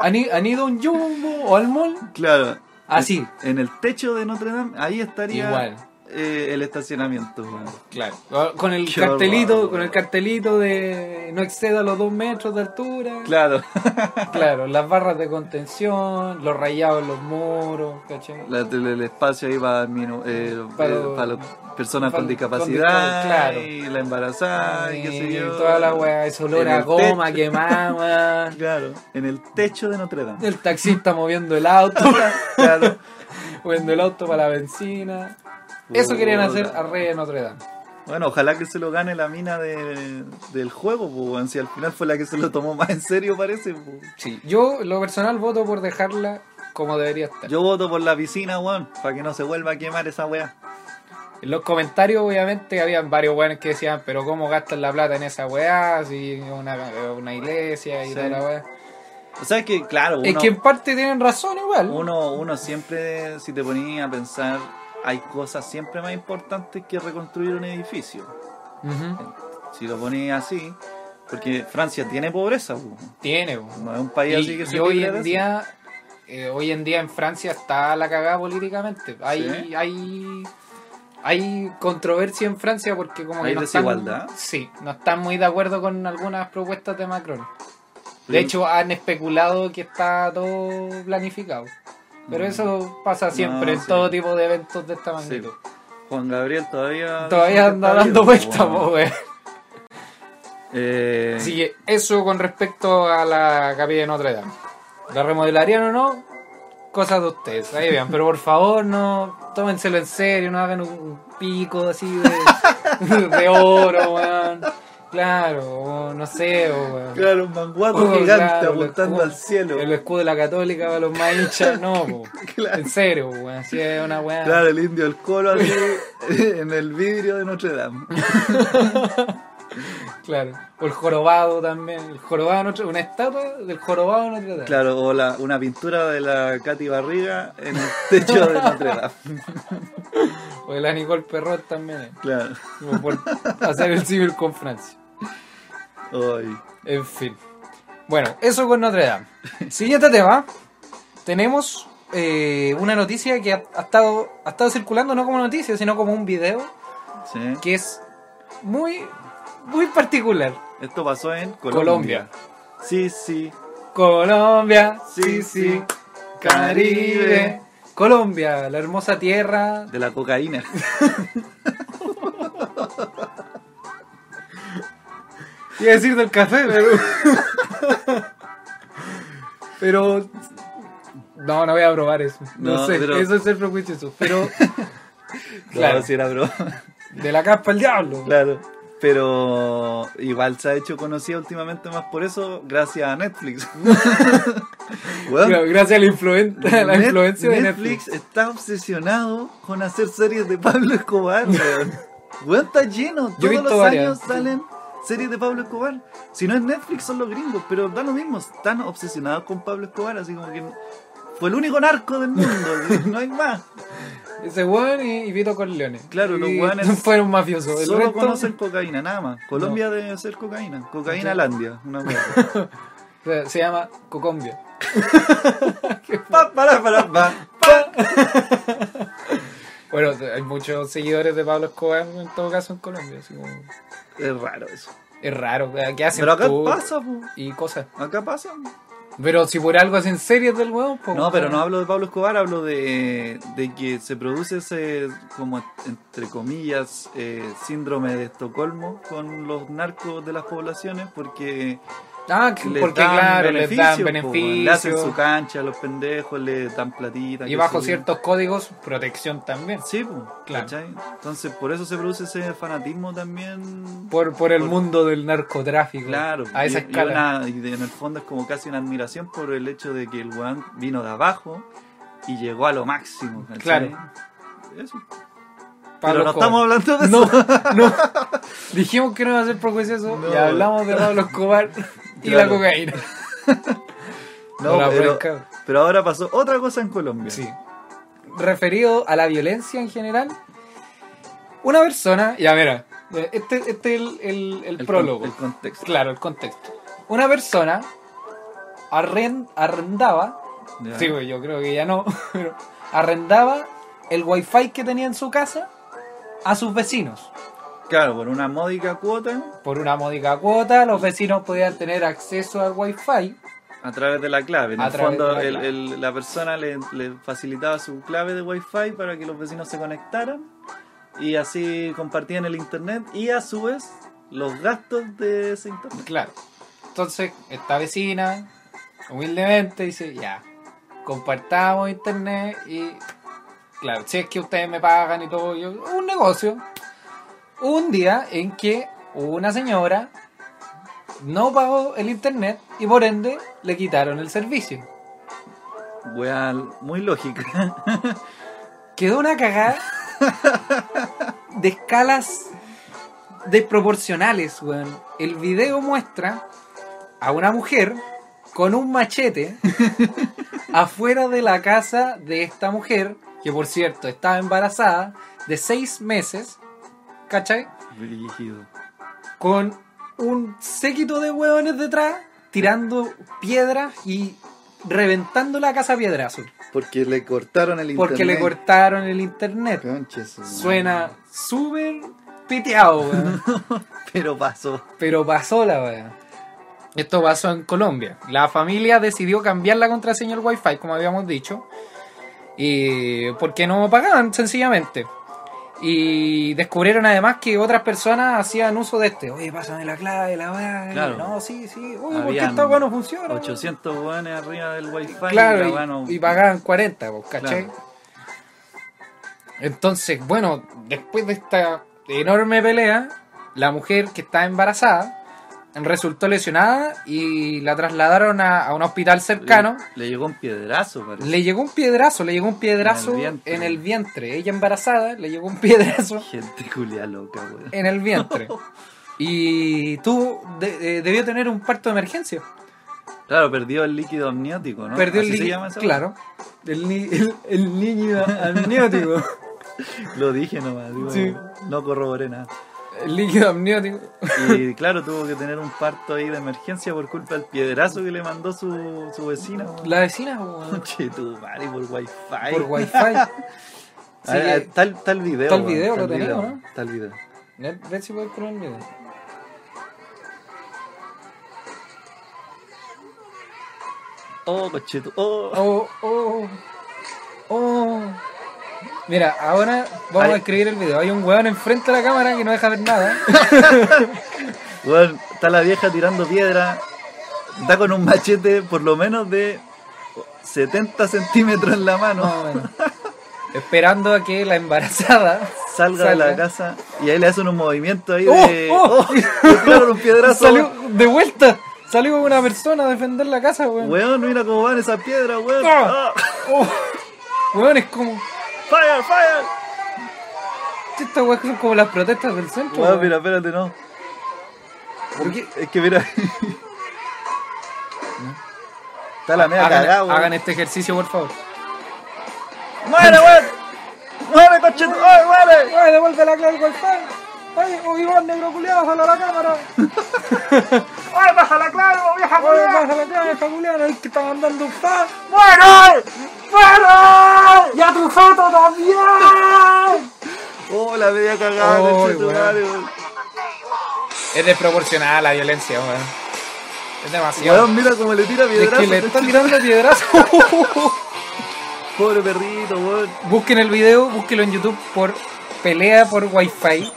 ¿Han, i- han ido a un jumbo o al mall? Claro. Así. En el techo de Notre Dame, ahí estaría Ah, Igual. eh, el estacionamiento. weón. Claro. Ah, Con el Qué cartelito, horror, con el weón. cartelito de no exceda los dos metros de altura. Claro, Claro, las barras de contención, los rayados en los muros, ¿cachai? La- el, el espacio ahí para, minu- eh, Para- eh, para las personas para- con discapacidad, con- claro. y la embarazada, y qué sé Y yo. toda la weá, ese olor En a el goma techo. quemada. Claro, en el techo de Notre Dame. El taxista moviendo el auto. Claro. Vendo el auto para la benzina. Eso querían hacer a Rey de Notre Dame. Bueno, ojalá que se lo gane la mina de- del juego, pues, weón, si al final fue la que se lo tomó más en serio, parece. pues. Sí. Yo, lo personal, voto por dejarla como debería estar. Yo voto por la piscina, weón, para que no se vuelva a quemar esa weá. En los comentarios, obviamente, habían varios buenos que decían, pero ¿cómo gastan la plata en esa weá? Si una, una iglesia y Sí. toda la weá. O sea, es que, claro, uno, Es que en parte tienen razón igual. uno, uno siempre, si te ponías a pensar, hay cosas siempre más importantes que reconstruir un edificio. Ujú. Si lo ponías así, porque Francia tiene pobreza, po. Tiene, po. no es un país así que Y, se y hoy libre de en eso. día, eh, hoy en día en Francia está la cagada políticamente. Hay, Sí. hay, hay controversia en Francia porque como Hay que no desigualdad. están, sí, no están muy de acuerdo con algunas propuestas de Macron. Pero- De hecho, han especulado que está todo planificado. Pero Mm. eso pasa siempre No, en sí. todo tipo de eventos de esta Sí, magnitud. Juan Gabriel todavía. Todavía dicen que anda está dando vivo, vueltas, po, po, weón. weón. Eh, Así que eso con respecto a la capilla de Notre Dame. ¿La remodelarían o no? Cosas de ustedes, ahí vean. Pero por favor, no tómenselo en serio, no hagan un- un pico así de, de oro, weón. Claro, o no sé, o, weón. Claro, un manguaco Oh, gigante claro, apuntando el oh, al cielo. El escudo de la católica para los más hinchas, no, po. Claro. En serio, weón. Así es una weá. Claro, el indio del colo así, en el vidrio de Notre Dame. Claro. O el jorobado también. El jorobado de Notre- una estatua del jorobado de Notre Dame. Claro, o la- una pintura de la Katy Barriga en el techo de Notre Dame. O el Anicol Perrot también. eh. Claro. Como por hacer el civil con Francia. Ay. En fin. Bueno, eso con Notre Dame. Siguiente tema. Tenemos eh, una noticia que ha, ha estado, ha estado circulando no como noticia, sino como un video Sí. que es muy, muy particular. Esto pasó en Colombia. Colombia. Sí, sí. Colombia, sí, Sí, sí, sí. Caribe. Colombia, la hermosa tierra. De la cocaína. Iba a decir del café, pero. pero. No, no voy a probar eso. No, No, sé, pero- eso es ser prejuicioso. Pero. Claro. claro, No, sí era broma. de la caspa al diablo. Claro. Pero igual se ha hecho conocida últimamente más por eso, gracias a Netflix. Weón, Gra- Gracias a la, influen- a la Net- influencia de Netflix. Netflix está obsesionado con hacer series de Pablo Escobar, weón. Weón, está lleno. Yo he Todos visto los varias, años sí. salen series de Pablo Escobar. Si no es Netflix, son los gringos, pero da lo mismo. Están obsesionados con Pablo Escobar, así como que fue el único narco del mundo. no hay más. Ese weón y, y Vito Corleone. Claro, los Y weones Fueron mafiosos. El Solo resto- conocen cocaína, nada más. Colombia debe ser cocaína. Cocaína Sí. Landia. Una weá. o sea, se llama Cocombia. Pa, para, para, pa. Bueno, hay muchos seguidores de Pablo Escobar en todo caso en Colombia. así como- Es raro eso. Es raro. ¿Qué hacen Pero acá tú? pasa, po. Y cosas. Acá pasa. po. Pero si por algo hacen series del huevón, pues. No, pero no hablo de Pablo Escobar, hablo de, de que se produce ese, como entre comillas, eh, síndrome de Estocolmo con los narcos de las poblaciones porque Ah, que- les porque dan claro, les beneficios, dan po, weón. le hacen su beneficios. cancha a los pendejos, le dan platita. Y qué bajo sé yo. ciertos códigos, protección también. Sí, pues, Claro. Entonces, por eso se produce ese fanatismo también. Por, por el Por- mundo del narcotráfico. Claro, A esa y- y escala. una- y de- en el fondo es como casi una admiración por el hecho de que el weón vino de abajo y llegó a lo máximo. ¿cachai? Claro. Eso. Pablo Pero no Escobar. estamos hablando de eso. No, no. Dijimos que no iba a ser prejuicioso No. y hablamos de Pablo Escobar y Claro. la cocaína. No, la pero, pesca. pero ahora pasó otra cosa en Colombia. Sí. Referido a la violencia en general, una persona. Ya, mira, este, este es el, el- el El prólogo. con- el contexto. Claro, el contexto. Una persona arren- arrendaba, Ya. sí, pues, yo creo que ya no, pero arrendaba el wifi que tenía en su casa a sus vecinos. Claro, por una módica cuota Por una módica cuota, los vecinos podían tener acceso al wifi. a través de la clave. En A el través de fondo, la el- clave. el- la persona le, le facilitaba su clave de Wi-Fi para que los vecinos se conectaran y así compartían el internet y a su vez los gastos de ese internet. Claro. Entonces, esta vecina, humildemente, dice, ya, compartamos internet y, claro, si es que ustedes me pagan y todo, yo, un negocio. Hubo Un día en que una señora no pagó el internet y por ende le quitaron el servicio. Wea muy lógica. Quedó una cagada de escalas desproporcionales, weón. El video muestra a una mujer con un machete afuera de la casa de esta mujer, que por cierto estaba embarazada de seis meses, ¿cachai? Brígido. Con un séquito de hueones detrás, tirando piedras y reventando la casa a piedrazo. Porque le cortaron el Porque le internet. cortaron el internet. Conche su madre. Suena súper piteado, weón. Pero pasó. Pero pasó la weá. Esto pasó en Colombia. La familia decidió cambiar la contraseña al Wi-Fi, como habíamos dicho. Y porque no pagaban, sencillamente. Y descubrieron además que otras personas hacían uso de este. Oye, pásame la clave, la weá. Claro. No, sí, sí. Oye, ¿por qué Habían esta weá no funciona? 800 hueones arriba del wifi. Claro, la y, weá no- y pagaban 40, pues, ¿cachai? Claro. Entonces, bueno, después de esta enorme pelea, la mujer que está embarazada resultó lesionada y la trasladaron a, a un hospital cercano. Le, le llegó un piedrazo, parece. Le llegó un piedrazo, le llegó un piedrazo En en el el vientre. vientre. Ella embarazada, le llegó un piedrazo Gente culia loca, weón. en el vientre. Y tú eh, debió tener un parto de emergencia. Claro, perdió el líquido amniótico, ¿no? Perdió el Ah, Así se líquido. llama esa weá. Claro. El, ni- el- el niño amniótico. Lo dije nomás, digo, Sí. no corroboré nada. El líquido amniótico. Y claro, tuvo que tener un parto ahí de emergencia por culpa del piedrazo que le mandó su, su vecina. weón. La vecina, weón, Che, tu madre, por wifi. por wifi. A ver, a ver, Así Ah, tal, tal video. tal weón, video tal lo tenemos, video, ¿no? Tal video. que, a ver si puedes poner el video. Oh, cochetu. Oh. Oh, oh, oh. Mira, ahora vamos Ahí. a escribir el video. Hay un weón enfrente de la cámara que no deja ver nada. Weón, está la vieja tirando piedra. Está con un machete por lo menos de 70 centímetros en la mano. Más o menos. Esperando a que la embarazada Salga, de la casa y ahí le hacen un movimiento ahí ¡Oh! de. ¡Oh! ¡Oh! Le tiraron un piedrazo. Salió de vuelta. Salió una persona a defender la casa, weón. Weón, mira cómo van esas piedras, weón. Ah. Ah. Oh. Weón, es como. ¡Fire, fire! Estas weas son como las protestas del centro. Weón, weón. mira, espérate, no. ¿Por qué? Es que mira. Está la media Hagan, cagada, weón. hagan este ejercicio, por favor. ¡Muere, weón! ¡Muere, cochito! ¡Ay, muere! ¡Ay, devuelve la clave al wifi! ¡Ay, Obi-Wan, negro culiado, solo la cámara! ¡Ay, baja la clave, vieja ¡Ay, baja la clave, Julián, el que está mandando un fan! ¡Muere! ¡Muere! ¡Y a tu foto también! ¡Oh, la media cagada, Ay, cochito, weón. madre, weón! Es desproporcionada la violencia, weón. Es demasiado. Weón, mira cómo le tira pues, es piedrazo. que le está tirando piedrazo. Pobre perrito, weón. Busquen el video, búsquenlo en YouTube por pelea por wifi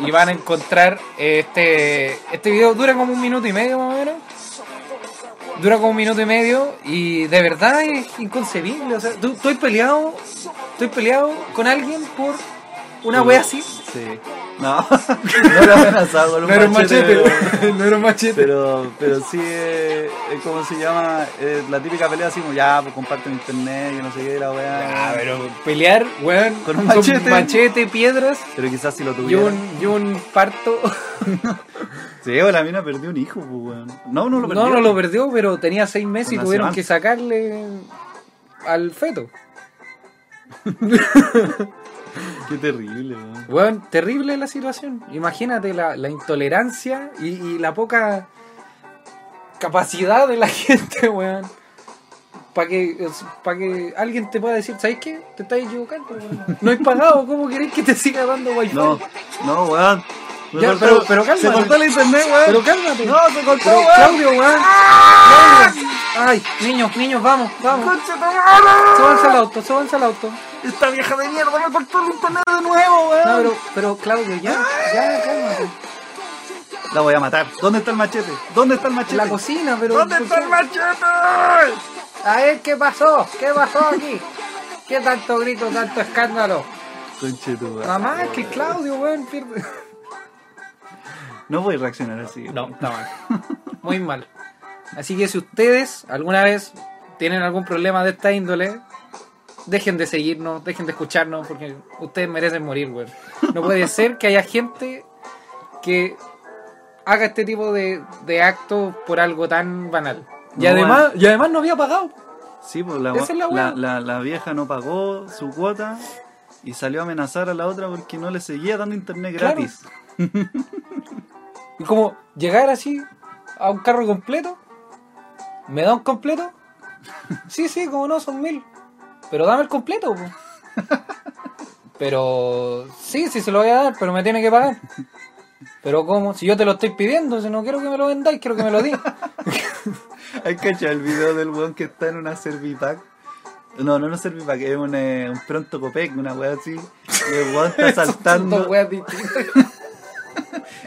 y van a encontrar eh, este este video dura como un minuto y medio más o menos dura como un minuto y medio y de verdad es inconcebible o sea tú- estoy peleado estoy peleado con alguien por una wea así Sí. No, no lo amenazaba con un weón. no era un machete Pero, pero sí, eh, eh, ¿cómo se llama? Eh, la típica pelea así como, ya, pues comparten internet, que no sé qué, la Ah, weá. pero pelear weón Con un machete. machete piedras Pero quizás si lo y tuvieron. un, y un parto Sí, o la mina perdió un hijo, pues, weón. No, no lo perdió. No, no lo perdió, pero tenía seis meses y Una tuvieron semana. que sacarle al feto. Qué terrible, weón. Weón, terrible la situación. Imagínate la, la intolerancia y, y la poca capacidad de la gente, weón. Para que, pa' que alguien te pueda decir, ¿sabes qué? Te estás equivocando, weón. No he pagado, ¿cómo querés que te siga dando wifi? No, no, weón. Me Ya, cortó- pero- pero Se cálmate. cortó el internet, weón. Pero cálmate. No, se cortó, Pero, weón. Claudio, weón. ¡Ah! Claudio. Ay, niños, niños, vamos, vamos. Concha tu madre. Súbanse al auto, súbanse al auto. Esta vieja de mierda me cortó el internet de nuevo, weón. No, pero, pero Claudio, ya, ya, cálmate. La voy a matar. ¿Dónde está el machete? ¿Dónde está el machete? En la cocina, pero. ¿Dónde está el machete? A ver, ¿qué pasó? ¿Qué pasó aquí? ¿Qué tanto grito, tanto escándalo? Concha tu madre. Mamá, que Claudio, weón, pierde. No voy a reaccionar así. No, está mal. Muy mal. Así que si ustedes alguna vez tienen algún problema de esta índole, dejen de seguirnos, dejen de escucharnos, porque ustedes merecen morir, weón. No puede ser que haya gente que haga este tipo de, de actos por algo tan banal. Y, además, y además no había pagado. Sí, pues la, Esa es la la, weá. la- la vieja no pagó su cuota y salió a amenazar a la otra porque no le seguía dando internet Claro. gratis. Y como llegar así a un carro completo, ¿me da un completo? Sí, sí, como no, son mil. Pero dame el completo. po. Pero sí, sí se lo voy a dar, pero me tiene que pagar. Pero ¿cómo? Si yo te lo estoy pidiendo, si no quiero que me lo vendáis, quiero que me lo di. ¿Has cachado el video del weón que está en una Servipack? No, no, no Servipack, es un, eh, un pronto copec, una weá así. Y el weón está Son dos saltando. weas distintas.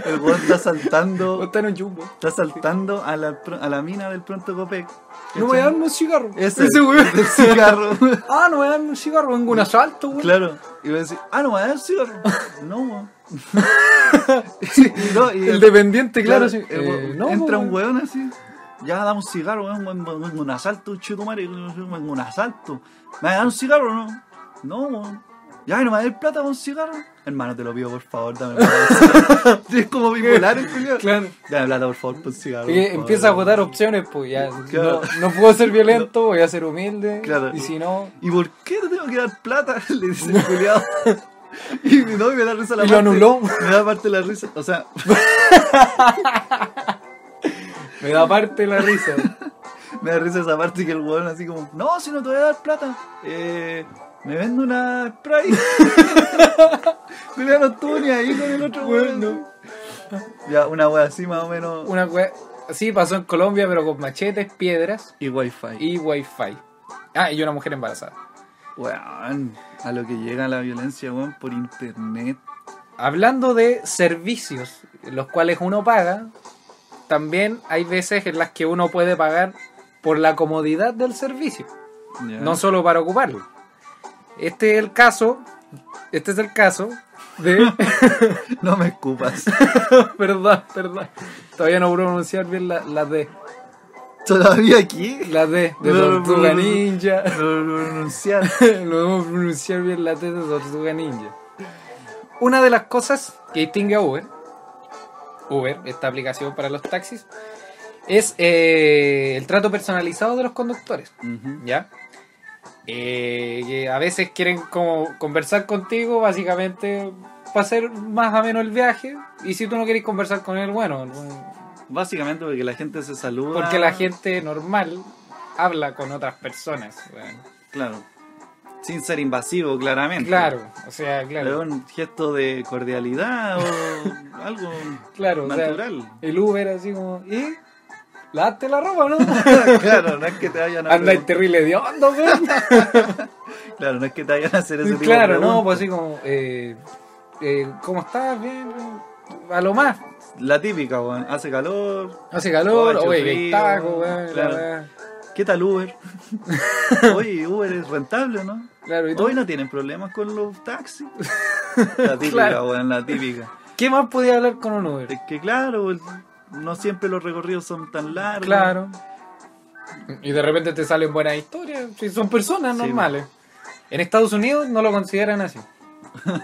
el weón está saltando. Está en un jumbo. Está saltando a la, pro- a la mina del pronto copec. No me dan un cigarro. Ese, Este weón. el cigarro. Ah, no me dan un cigarro, vengo un asalto, weón. Claro. Y voy a decir, ah, no, me va a dar cigarro. No, weón. Y no, y El dependiente, claro. sí. el weón- Eh, no, entra po, un weón así. Ya da un cigarro, weón, weón, weón, weón, un asalto, chetumare, weón, weón, un asalto. ¿Me va a dar un cigarro o no? No, weón. Ya, ¿y no me va a dar plata con un cigarro. Hermano, te lo pido, por favor, dame plata. es como bipolar el culiao. Claro. Dame plata, por favor, por un cigarro. Y por favor. empieza a agotar opciones, pues ya. Claro. No, no puedo ser violento, voy a ser humilde. Claro. Y si no. ¿Y por qué te tengo que dar plata? Le dice el culiao. Y no, y me da risa la Y lo parte. anuló. Me da parte la risa. O sea, Me da parte la risa. Me da risa esa parte que el weón así como, no, si no te voy a dar plata, eh, me vendo una spray. Julián no estuvo ni ahí con el otro weón. Bueno. Ya, una wea así más o menos. Una wea. Sí, pasó en Colombia, pero con machetes, piedras Y wifi. y wifi. Ah, y una mujer embarazada. Weón, a lo que llega la violencia, weón, por internet. Hablando de servicios, los cuales uno paga, también hay veces en las que uno puede pagar por la comodidad del servicio. Ya. no solo para ocuparlo. Este es el caso, este es el caso de, No me escupas. perdón, perdón, todavía no puedo pronunciar bien la, la D, Todavía aquí. la D de No, no, Tortuga no, no. Ninja, No lo voy a pronunciar. no vamos a pronunciar bien la T de Tortuga Ninja. Una de las cosas que distingue a Uber, Uber, esta aplicación para los taxis, es eh, el trato personalizado de los conductores. Ujú. ¿ya? Eh, que a veces quieren como conversar contigo, básicamente, para hacer más o menos el viaje. Y si tú no querés conversar con él, bueno, no- Básicamente porque la gente se saluda. porque la gente normal habla con otras personas. bueno. Claro. Sin ser invasivo, claramente. Claro, o sea, Pero claro, un gesto de cordialidad o algo claro, o sea, natural. el Uber así como, ¿y? Lávate la ropa, ¿no? claro, no es que te vayan a Anda pregun- terrible de hondo, Claro, no es que te vayan a hacer ese tipo de Claro, no, pues preguntas. así como, eh, eh, ¿cómo estás? Bien, bien. a lo más, La típica, weón. Hace calor. Hace calor, Oh, hace oye, frío, que taco, weón, claro. la weá. ¿Qué tal Uber? Oye, Uber es rentable, o ¿no? Claro, ¿y tú? Hoy no tienen problemas con los taxis. La típica, Claro. weón, la típica. ¿Qué más podía hablar con un Uber? Es que claro, el- no siempre los recorridos son tan largos. Claro. Y de repente te salen buenas historias. si son personas Sí, normales. En Estados Unidos no lo consideran así.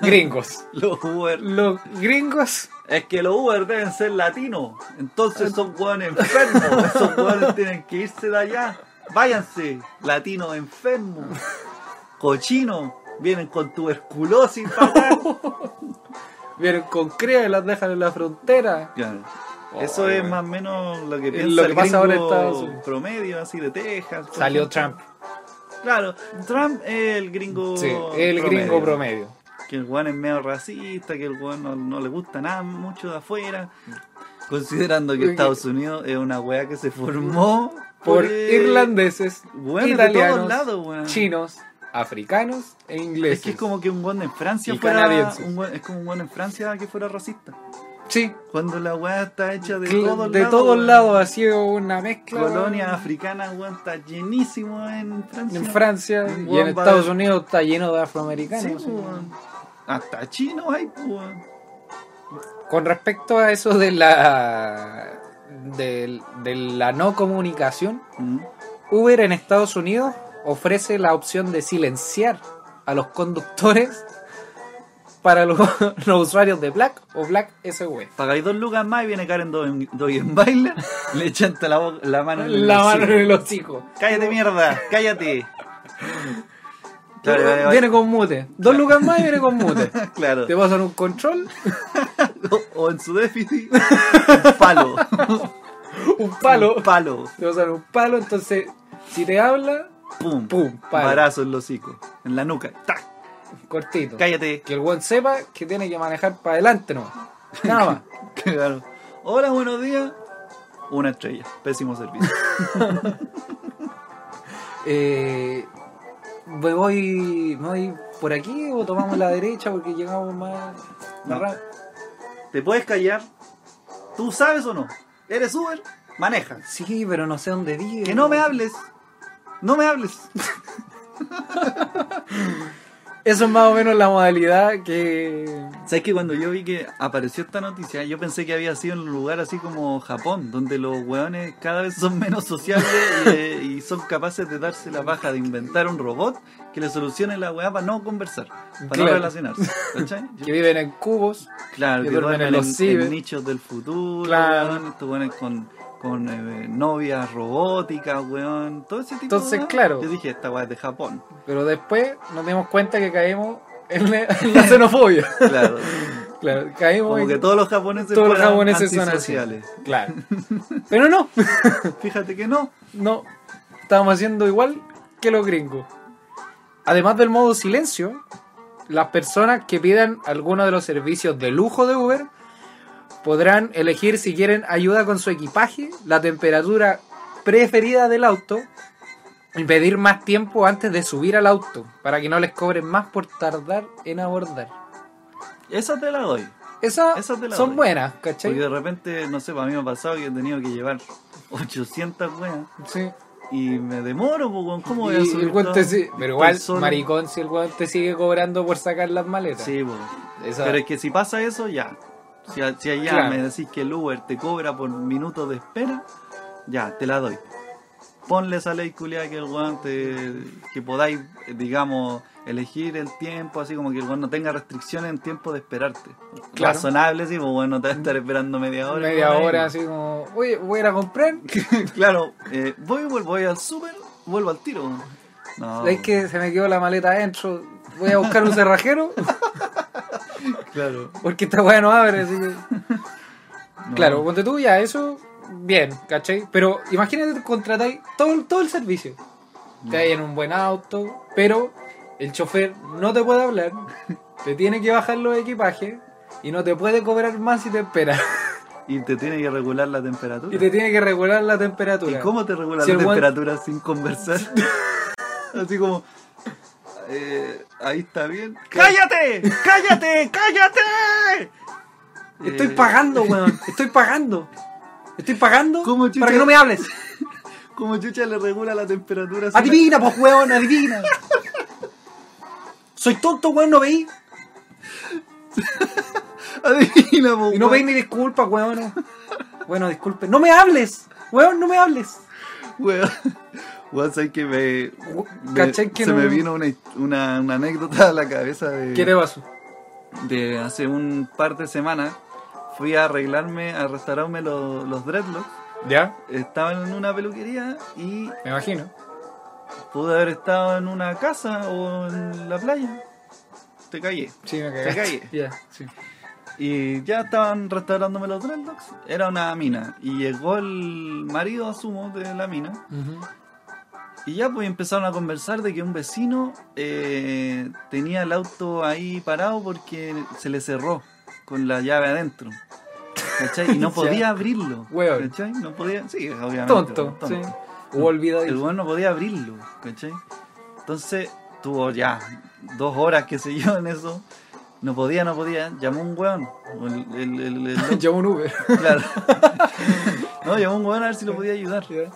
Gringos. Los Uber. Los gringos. Es que los Uber deben ser latinos. Ah, Entonces son hueones enfermos. Esos hueones tienen que irse de allá. Váyanse, latinos enfermos. Cochinos. Vienen con tuberculosis para acá. Vienen con crea y las dejan en la frontera. Claro. Eso es más o menos lo que piensa Oh, lo que el pasa ahora en gringo Estados Unidos. promedio, así de Texas. por Salió ejemplo. Trump. Claro, Trump es el gringo Sí, el gringo promedio. Que el hueón es medio racista, que el hueón no, no le gusta nada mucho de afuera. Considerando que Oye. Estados Unidos es una wea que se formó Por eh, irlandeses, hueones de todos italianos, lados, weón. chinos, africanos e ingleses. Ah. Es que es como que un hueón en Francia Y fuera. canadienses. Un hueón- es como un hueón en Francia que fuera racista. Sí, Cuando la wea está hecha de de, todos lados. todos weón. lados ha sido una mezcla. Colonia africana, weón, está llenísimo en Francia. En Francia Un y en guan va Estados de- Unidos está lleno de Sí, afroamericanos. weón. Hasta chino hay, pues, weón. Con respecto a eso de la del- de, la no comunicación, Mm. Uber en Estados Unidos ofrece la opción de silenciar a los conductores para los, los usuarios de Black o Black SW. Pagáis dos lucas más y viene Karen Doy Doy en baile, le echan la, bo- la mano en el La mano hocico. en el hocico. Cállate, mierda, cállate. Claro, eh, vale, vale. Viene con mute. Dos lucas más y viene con mute. Claro. Te pasan un control, O, o en su déficit, un palo. un palo. Un palo. Te pasan un palo, entonces si te habla, Pum. Pum, palo. Barazo en los hocico. En la nuca. Tac. cortito. Cállate. Que el one sepa que tiene que manejar para adelante nomás. Nada más. Claro. Hola, buenos días. Una estrella. Pésimo servicio. Eh, me, voy, me voy por aquí o tomamos la derecha porque llegamos más, No. más rápido. ¿Te puedes callar? ¿Tú sabes o no? ¿Eres Uber? Maneja. Sí, pero no sé dónde vive. Que no me hables. No me hables. Eso es más o menos la modalidad que... ¿Sabes que cuando yo vi que apareció esta noticia, yo pensé que había sido en un lugar así como Japón, donde los hueones cada vez son menos sociables y, eh, y son capaces de darse la baja de inventar un robot que le solucione la hueá para no conversar, para Claro. no relacionarse. ¿Cachai? Yo- Que viven en cubos. claro, que que duermen duermen en en, los ciber. en nichos del futuro, Claro. weón, estos hueones con, con eh, novias robóticas, weón, todo ese tipo Entonces, de hueá. claro. Yo dije, esta hueá es de Japón. Pero después nos dimos cuenta que caímos en la, en la xenofobia. Claro. Claro, caímos Como en- que todos los japoneses todos los fueran japoneses son así. antisociales. Claro. Pero no, Fíjate que no. no. Estábamos haciendo igual que los gringos. Además del modo silencio, las personas que pidan alguno de los servicios de lujo de Uber podrán elegir si quieren ayuda con su equipaje, la temperatura preferida del auto y pedir más tiempo antes de subir al auto para que no les cobren más por tardar en abordar. Esa te la doy. Esas Esa te la son doy. buenas, ¿cachai? Porque de repente, no sé, para mí me ha pasado que he tenido que llevar 800 weas Sí. y me demoro, pues, weón. ¿Cómo voy a Y subir el weón todo? te sigue- Estoy Pero igual, solo. maricón, si el weón te sigue cobrando por sacar las maletas. Sí, pues. Esa- Pero es que si pasa eso, ya. Si, a- si allá Claro. me decís que el Uber te cobra por minutos de espera, ya, te la doy. Ponle esa ley culiada que el weón te. que podáis, eh, digamos, elegir el tiempo, así como que el weón no tenga restricciones en tiempo de esperarte. Claro. Razonable, sí, pues bueno, te va a estar esperando media hora. media weón, ahí. hora, así como, oye, voy a ir a comprar. Claro, eh, voy, vuelvo, voy al súper, vuelvo al tiro. No, Es que se me quedó la maleta adentro. Voy a buscar un cerrajero claro. porque esta weá no abre. Así que... no. Claro, ponte tú ya, eso, bien, ¿cachai? Pero imagínate que contratáis todo, el- todo el servicio. Te hay en un buen auto, pero el chofer no te puede hablar, te tiene que bajar los equipajes y no te puede cobrar más si te espera. Y te tiene que regular la temperatura. Y te tiene que regular la ¿Y temperatura. cómo te regula Si la el guan- temperatura sin conversar? Así como. eh, ahí está bien. ¡Cállate! ¡Cállate! ¡Cállate! Estoy Eh, pagando, weón. Estoy pagando. Estoy pagando ¿Cómo, chucha? para que no me hables. Como Chucha le regula la temperatura. sin- Adivina, pues, weón, adivina. Soy tonto, weón, no veí. Adivina, po, Y no veí weón. ni disculpa, weón. Bueno, disculpe. ¡No me hables! Weón, no me hables. Weón, weón, ¿sabes que me. me- ¿Cachai que se no- me vino una, una- una anécdota a la cabeza de. ¿Qué te pasó? de hace un par de semanas fui a arreglarme, a restaurarme los, los dreadlocks. ¿Ya? Estaba en una peluquería y Me imagino. pude haber estado en una casa o en la playa. Te callé. Sí, me Te cagué. cagué. Ya, sí. Y ya estaban restaurándome los dreadlocks. Era una mina. Y llegó el marido, asumo, de la mina. Y ya pues empezaron a conversar de que un vecino eh, tenía el auto ahí parado porque se le cerró con la llave adentro. ¿Cachai? Y no Ya. podía abrirlo. Weón. ¿Cachai? No podía. Sí, obviamente. Tonto, tonto. sí. Hubo El olvidado. weón no podía abrirlo, ¿cachai? Entonces tuvo ya dos horas, qué sé yo, en eso. No podía, no podía. Llamó un weón. El- el- el- el- Llamó un Uber. claro. No, llamó un weón a ver si lo podía ayudar que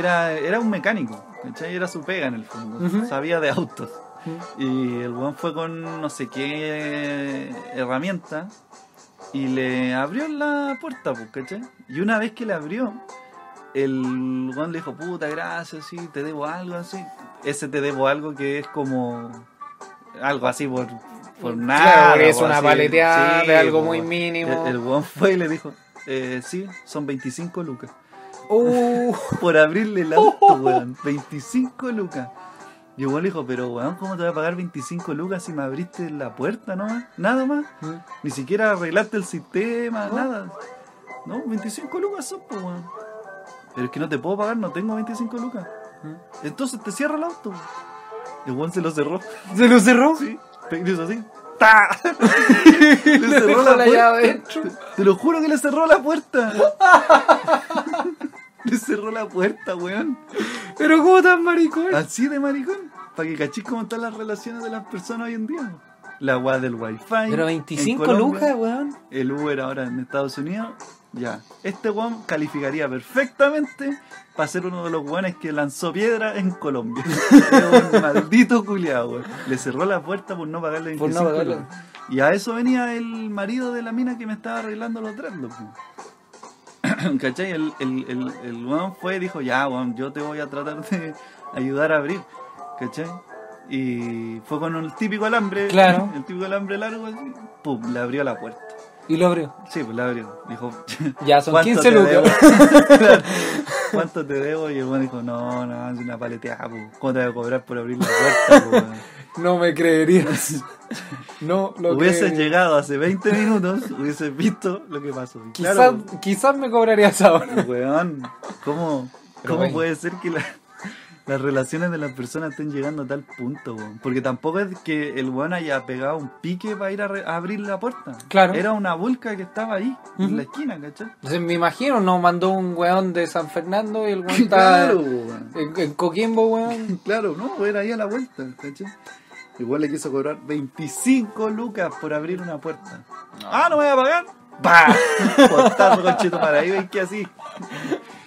era, era un mecánico, ¿cachai? Era su pega en el fondo, Ujú. sabía de autos. Ujú. Y el weón fue con no sé qué herramienta y le abrió la puerta, pues, ¿cachai? Y una vez que le abrió, el weón le dijo, puta, gracias, sí, te debo algo, así. Ese te debo algo que es como algo así por por Claro, nada. porque es po, una así. paleteada de algo po, muy weón. mínimo. El, el weón fue y le dijo, eh, sí, son 25 lucas. Uh, Por abrirle el auto, weón. 25 lucas. Y el weón le dijo, pero weón, ¿cómo te voy a pagar 25 lucas si me abriste la puerta nomás? Nada más. Ni siquiera arreglaste el sistema, No. nada. No, 25 lucas son, pues, weón. Pero es que no te puedo pagar, no tengo 25 lucas. ¿Ah? Entonces te cierro el auto. El weón se lo cerró. ¿Se lo cerró? Sí, te hizo así. ¡Ta! le Le cerró dejó la, la puerta. llave dentro. Te, te lo juro que le cerró la puerta. le cerró la puerta, weón. Pero ¿cómo tan maricón? Así de maricón. Para que cachis cómo están las relaciones de las personas hoy en día. La weá del wifi. Pero en 25 Colombia, lucas, weón. El Uber ahora en Estados Unidos. Ya. Este weón calificaría perfectamente para ser uno de los weones que lanzó piedra en Colombia. Es un maldito culiado, weón. Le cerró la puerta por no pagarle Por 25 no pagarlo. lucas. Y a eso venía el marido de la mina que me estaba arreglando los dreadlocks. po. ¿Cachai? El, el, el, el weón fue y dijo, ya, weón, yo te voy a tratar de ayudar a abrir. ¿Cachai? Y fue con el típico alambre, Claro. el típico alambre largo, así, pum, le abrió la puerta. Y lo abrió. Sí, pues la abrió. Dijo, Ya, son 15 "¿Cuánto te lucas". debo?" Claro. ¿Cuánto te debo? Y el weón dijo, no, no, es una paleteada, po. ¿cómo te voy a cobrar por abrir la puerta? po, weón?" No me creerías. No lo hubiese creería. llegado hace 20 minutos, hubiese visto lo que pasó. Y Quizás, claro, quizás me cobrarías ahora. pues, weón, ¿cómo, Pero cómo bueno. puede ser que la- las relaciones de las personas estén llegando a tal punto, weón? Porque tampoco es que el weón haya pegado un pique para ir a, re- a abrir la puerta. Claro. Era una vulca que estaba ahí, en la esquina, ¿cachai? Entonces me imagino, nos mandó un weón de San Fernando y el weón está Claro, weón. en, en Coquimbo, weón. Claro, no, era ahí a la vuelta, ¿cachai? Igual le quiso cobrar 25 lucas por abrir una puerta. Ah, no me voy a pagar. ¡Bah! Portazo con para ahí veis que así.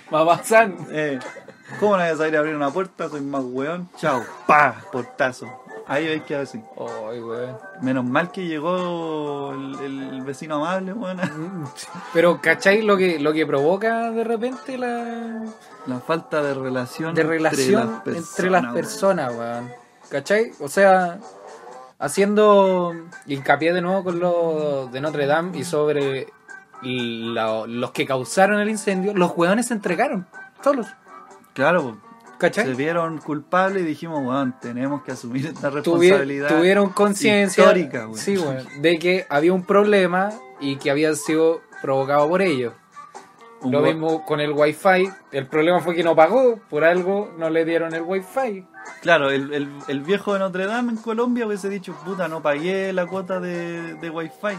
Mamá San. Eh, ¿Cómo no voy a saber abrir una puerta? Soy más weón. Chao. ¡Pah! Portazo. Ahí veis que así. Ay, weón. Menos mal que llegó el, el vecino amable, weón. Pero, ¿cacháis lo que, lo que provoca de repente la La falta de relación, de relación entre las, personas, weón? ¿Cachai? O sea, haciendo hincapié de nuevo con lo de Notre Dame y sobre la- los que causaron el incendio, los weones se entregaron solos. weón. Claro, se ¿Cachai? vieron culpables y dijimos, weón, tenemos que asumir esta Tuvi- responsabilidad. tuvieron conciencia histórica, güey. sí, güey, de que había un problema y que había sido provocado por ellos. Un Lo gua- mismo con el wifi, el problema fue que no pagó, por algo no le dieron el wifi. Claro, el, el, el viejo de Notre Dame en Colombia hubiese dicho, puta, no pagué la cuota de, de Wi-Fi.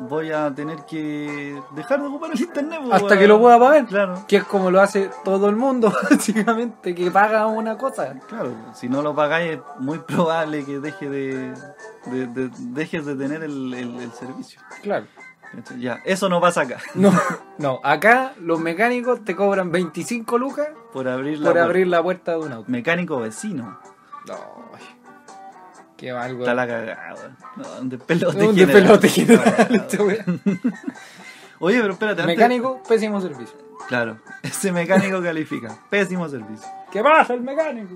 Voy a tener que dejar de ocupar el internet. po, Hasta weón". que lo pueda pagar. Claro, Que es como lo hace todo el mundo, básicamente, que paga una cosa. claro. Si no lo pagáis es muy probable que deje de, de- de- dejes de tener el, el- el servicio. Claro. ¿Cachai? Ya, eso no pasa acá. No, no, acá los mecánicos te cobran 25 lucas Por abrir la por puerta. abrir la puerta de un auto. mecánico vecino. No, ay, qué mal, güey. Está la cagada. weón. No, un despelote Un general. despelote general, Cagada, este weón. güey. Oye, pero espérate. antes- Mecánico, pésimo servicio. Claro, ese mecánico califica. Pésimo servicio. ¿Qué pasa el mecánico?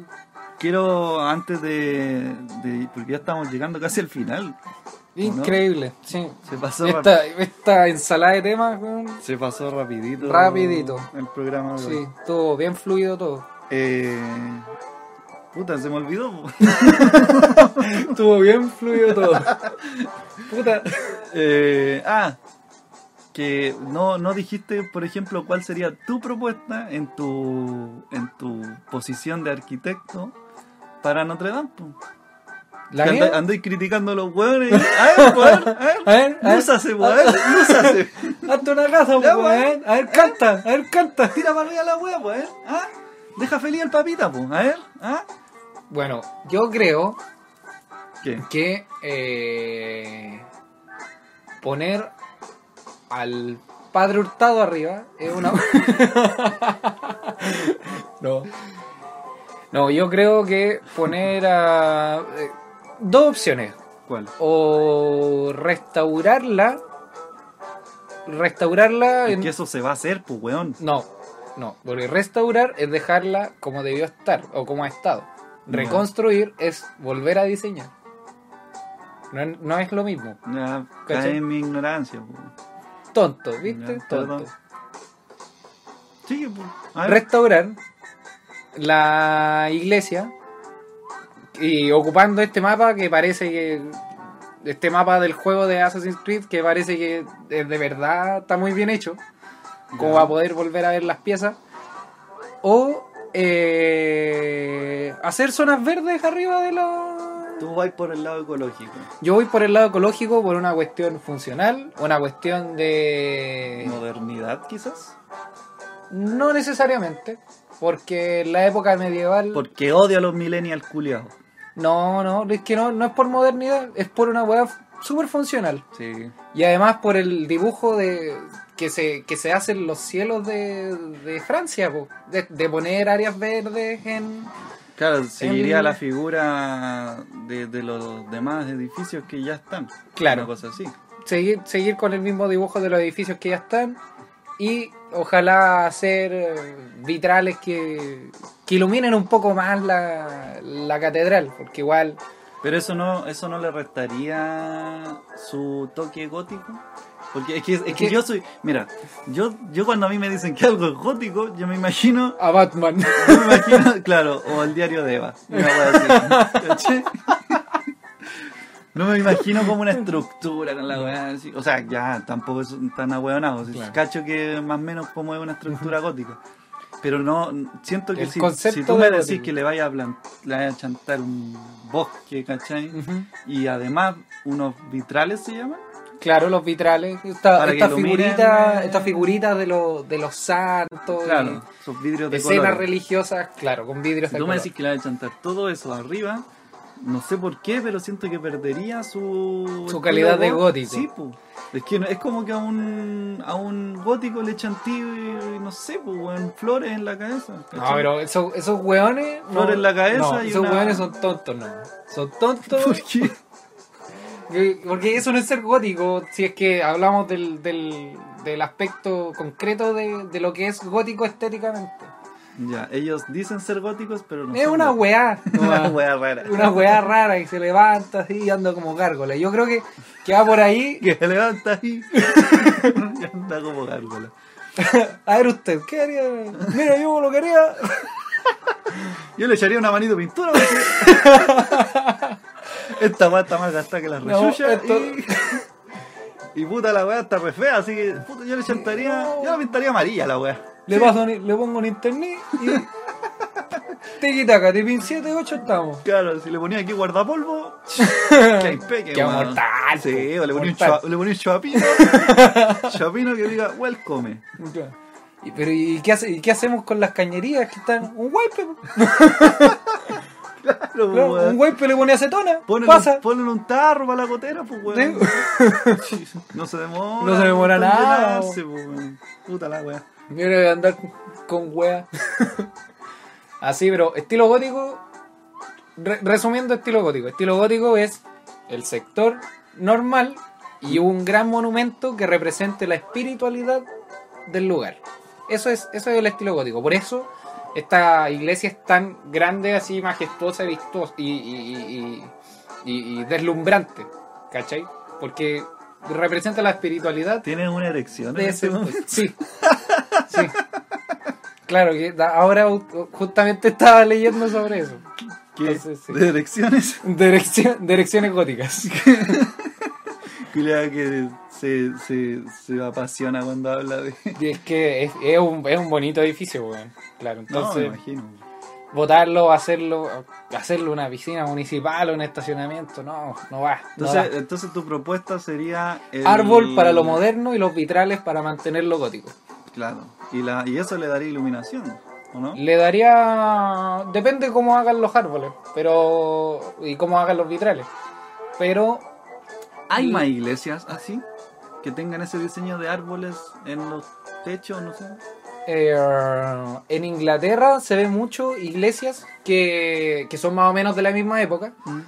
Quiero antes de, de- porque ya estamos llegando casi al final. Increíble, sí. Se pasó rap- Esta, esta ensalada de temas, weón, se pasó rapidito. Rapidito. El programa. de sí, hoy. todo bien fluido todo. Eh, puta, se me olvidó. Estuvo bien fluido todo. Puta. Eh, ah, que no, no dijiste, por ejemplo, cuál sería tu propuesta en tu en tu posición de arquitecto para Notre Dame. po. La Que mía, anda- andáis criticando a los hueones. A ver, po, a ver, A ver, a ver. lúzase, po, a ver, lúzase. hazte una casa, Ya, weón, weón. ¿eh? A ver, canta, a ver, canta. Tira para arriba la hueá, pues, ¿eh? ¿Ah? Deja feliz al papita, pues, a ver, ¿ah? Bueno, yo creo ¿Qué? que eh, poner al padre Hurtado arriba es una. no. No, yo creo que poner a. eh, dos opciones. ¿Cuál? O restaurarla. Restaurarla Es en. que eso se va a hacer, pues, weón. No, no. Porque restaurar es dejarla como debió estar o como ha estado. Ya. Reconstruir es volver a diseñar. No, es- no es lo mismo. Ya, ¿Cachai? cae en mi ignorancia, weón. Tonto, ¿viste? Ya, Tonto. perdón. Sí, pues. a ver. Restaurar la iglesia y ocupando este mapa que parece que. Este mapa del juego de Assassin's Creed que parece que eh, de verdad está muy bien hecho. como Ya. va a poder volver a ver las piezas. O eh, hacer zonas verdes arriba de la... Tú vas por el lado ecológico. Yo voy por el lado ecológico por una cuestión funcional, una cuestión de... Modernidad, quizás. No necesariamente, porque en la época medieval... Porque odio a los millennials culiados. No, no, es que no, no es por modernidad, es por una hueá súper funcional. Sí. Y además por el dibujo de que se, que se hace en los cielos de, de Francia, po, de, de poner áreas verdes en, Claro, seguiría El- la figura de, de los demás edificios que ya están. Claro. Una cosa así. seguir, seguir con el mismo dibujo de los edificios que ya están y ojalá hacer eh, vitrales que, que iluminen un poco más la, la catedral, porque igual Pero eso no, eso no le restaría su toque gótico. Porque es que, es que que- yo soy. Mira, yo, yo cuando a mí me dicen que algo es gótico, yo me imagino. a Batman. Yo me imagino, claro, o el diario de Eva. una wea así, ¿cachai? No me imagino como una estructura con la weá así. O sea, ya, tampoco es tan ahueonado. si Claro. Cacho que más o menos como es una estructura gótica. Pero no, siento que El si, concepto si tú me de decís gótico. que le vaya a, plan- le vaya a chantar un bosque, ¿cachai? Y además unos vitrales se llaman. Claro, los vitrales, esta, Para que estas iluminen, figuritas eh. estas figuritas de, los de los santos, y Claro, esos vidrios de escenas colores. religiosas, claro, con vidrios Si de tú me color. decís que le va a chantar todo eso arriba, no sé por qué, pero siento que perdería su... Su calidad de estilo gó- gótico. Sí, po. Es que no- es como que a un, a un gótico le chantí, no sé, po, weón, flores en la cabeza. No, ¿cachai? pero esos, esos hueones... no- Flor en la cabeza no, y esos una- hueones son tontos, no. Son tontos... ¿Por qué? Eh, Porque eso no es ser gótico, si es que hablamos del, del, del aspecto concreto de, de lo que es gótico estéticamente. ya, ellos dicen ser góticos, pero no es son una góticos. weá, Una nomás. wea rara. una weá rara que se levanta así y anda como gárgola. Yo creo que, que va por ahí. Que se levanta ahí y anda como gárgola. A ver usted, ¿qué haría? Mira, yo lo quería. Yo le echaría una manito de pintura porque... Esta weá está más gastada que la No, reyuya esto- y... y puta la weá está re fea, así que puta, yo le chantaría... Yo la pintaría amarilla la weá. Le, paso, un- le pongo un internet y. Tiki taca, tipín 7, 8 estamos. Claro, si le ponía aquí guardapolvo... que impeque, Qué weón. mortal, Sí, po, o le ponía, un mortal. chua- le ponía un chapino. chapino que diga welcome. Claro. Y, pero, ¿y qué, hace- y qué hacemos con las cañerías que están? Un wipe, po. Claro, po, Claro, weón. un wipe le pone acetona. Ponle pasa. un, ponle un tarro para la gotera, pues, weón. Sí, No se demora. No se demora un montón de nada, llenarse, po, weón. Puta la weá. Mira, voy a andar con wea. Así, pero estilo gótico. re- resumiendo, estilo gótico. Estilo gótico es el sector normal y un gran monumento que represente la espiritualidad del lugar. Eso es, eso es el estilo gótico. Por eso esta iglesia es tan grande, así majestuosa y vistosa y, y- y- y- y deslumbrante. ¿Cachai? Porque representa la espiritualidad ¿Tienes una erección? de en ese este momento? Sí. Sí. Claro que da- ahora ju- justamente estaba leyendo sobre eso. ¿Qué? Entonces, sí. ¿De erecciones? Dirección, direcciones góticas. Culeada que se, se, se apasiona cuando habla de... Y es que es, es un, es un bonito edificio, weón. Claro, No, me entonces, imagino. botarlo, hacerlo, hacerlo una piscina municipal o un estacionamiento, no, no va. no Entonces, da. entonces tu propuesta sería... el- Árbol para lo moderno y los vitrales para mantenerlo gótico. Claro. Y, la, y eso le daría iluminación, ¿o no? Le daría. Depende cómo hagan los árboles, pero. y cómo hagan los vitrales. Pero ¿Hay más iglesias así? Que tengan ese diseño de árboles en los techos, no sé. Eh, en Inglaterra se ve mucho iglesias que, que son más o menos de la misma época, Mm.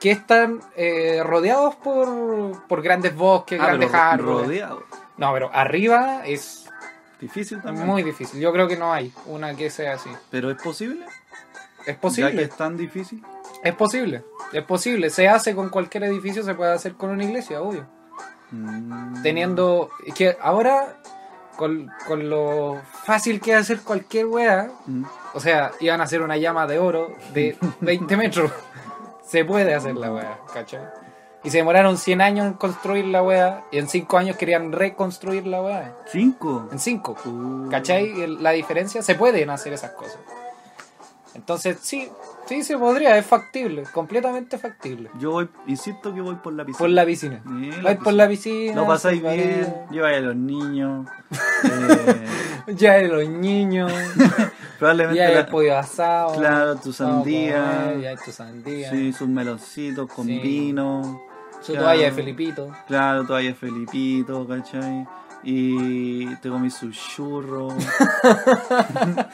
que están eh, rodeados por, por grandes bosques, Ah, grandes pero árboles. rodeado. No, pero arriba es Difícil también. muy difícil. Yo creo que no hay una que sea así. Pero es posible. Es Ya que posible. es tan difícil. Es posible, es posible. Se hace con cualquier edificio, se puede hacer con una iglesia, obvio. Mm. Teniendo. Es que ahora, con, con lo fácil que es hacer cualquier wea, Mm. o sea, iban a hacer una llama de oro de 20 metros. Se puede hacer la wea, ¿cachai? Y se demoraron 100 años en construir la wea, y en 5 años querían reconstruir la wea. Cinco. En 5. Uh. ¿Cachai? El- La diferencia, se pueden hacer esas cosas. Entonces, sí, sí se podría, es factible, completamente factible. Yo voy, insisto que voy por la piscina. Por la piscina. Sí, la Vais por la piscina. Lo pasáis se bien, varía. lleváis a los niños. eh, Ya de los niños. ya pues, probablemente el la- pollo asado. claro, tu vamos a sandía. comer, pues, Ya hay tu sandía. Sí, sus meloncitos con Sí. vino. Su claro. toalla de Felipito. Claro, todavía Felipito, ¿cachai? Y te comí sus churros.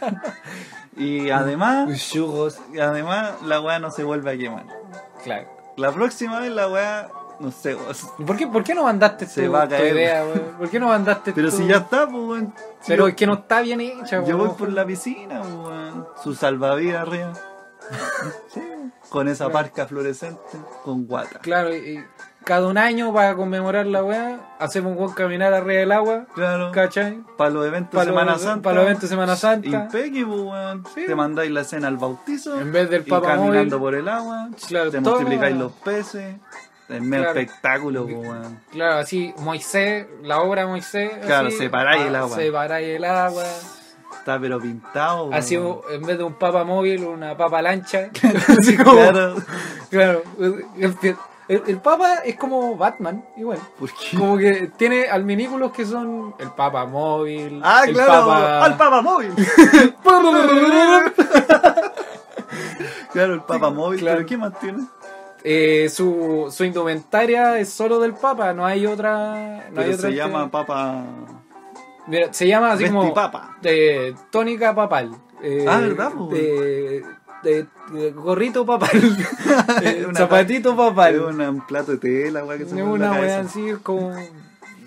y además, Yugos. y además la weá no se vuelve a quemar. Claro. La próxima vez la weá, no sé, weón. ¿Y ¿Por qué, por qué no mandaste Se tu, va a tu caer. idea, weón? ¿Por qué no mandaste Pero tu- si ya está, pues weón. Si Pero yo- es que no está bien hecha, Yo voy weón. por la piscina, weón. Su salvavidas arriba. Sí, Con esa parca fluorescente, con guata. Claro, y- y cada un año para conmemorar la weá, hacemos un buen caminar arriba del agua, Claro. ¿cachai? Para los eventos Para los- Semana Santa. para los eventos Semana Santa. Impeque, pues, weón. Sí. Te mandáis la cena al bautizo. En vez del y Papa Móvil. caminando por el agua. Claro, te todo. multiplicáis los peces. Es medio Claro. espectáculo, pues, weón. Claro, así Moisés, la obra de Moisés. Claro, así, separáis ah, el agua. Oh. Separáis el agua. Está pero pintado. Así weón. en vez de un papa móvil, una papa lancha. Así como- Claro. claro, el, el- el papa es como Batman, igual. ¿Por qué? Como que tiene alminículos que son el papa móvil. Ah, el claro. Papa... Al Papa Móvil. claro, el Papa Móvil. claro. ¿Pero qué más tiene? Eh, su, su indumentaria es solo del Papa, no hay otra. No hay Pero otra se llama que- Papa. Mira, se llama así como. Vestipapa. eh, tónica papal. eh, Ah, ¿verdad, po? de- de- de gorrito papal. eh, Una- zapatito papal. Es una- un plato de tela, weá, que Es se pone en la una weá cabeza. así, es como.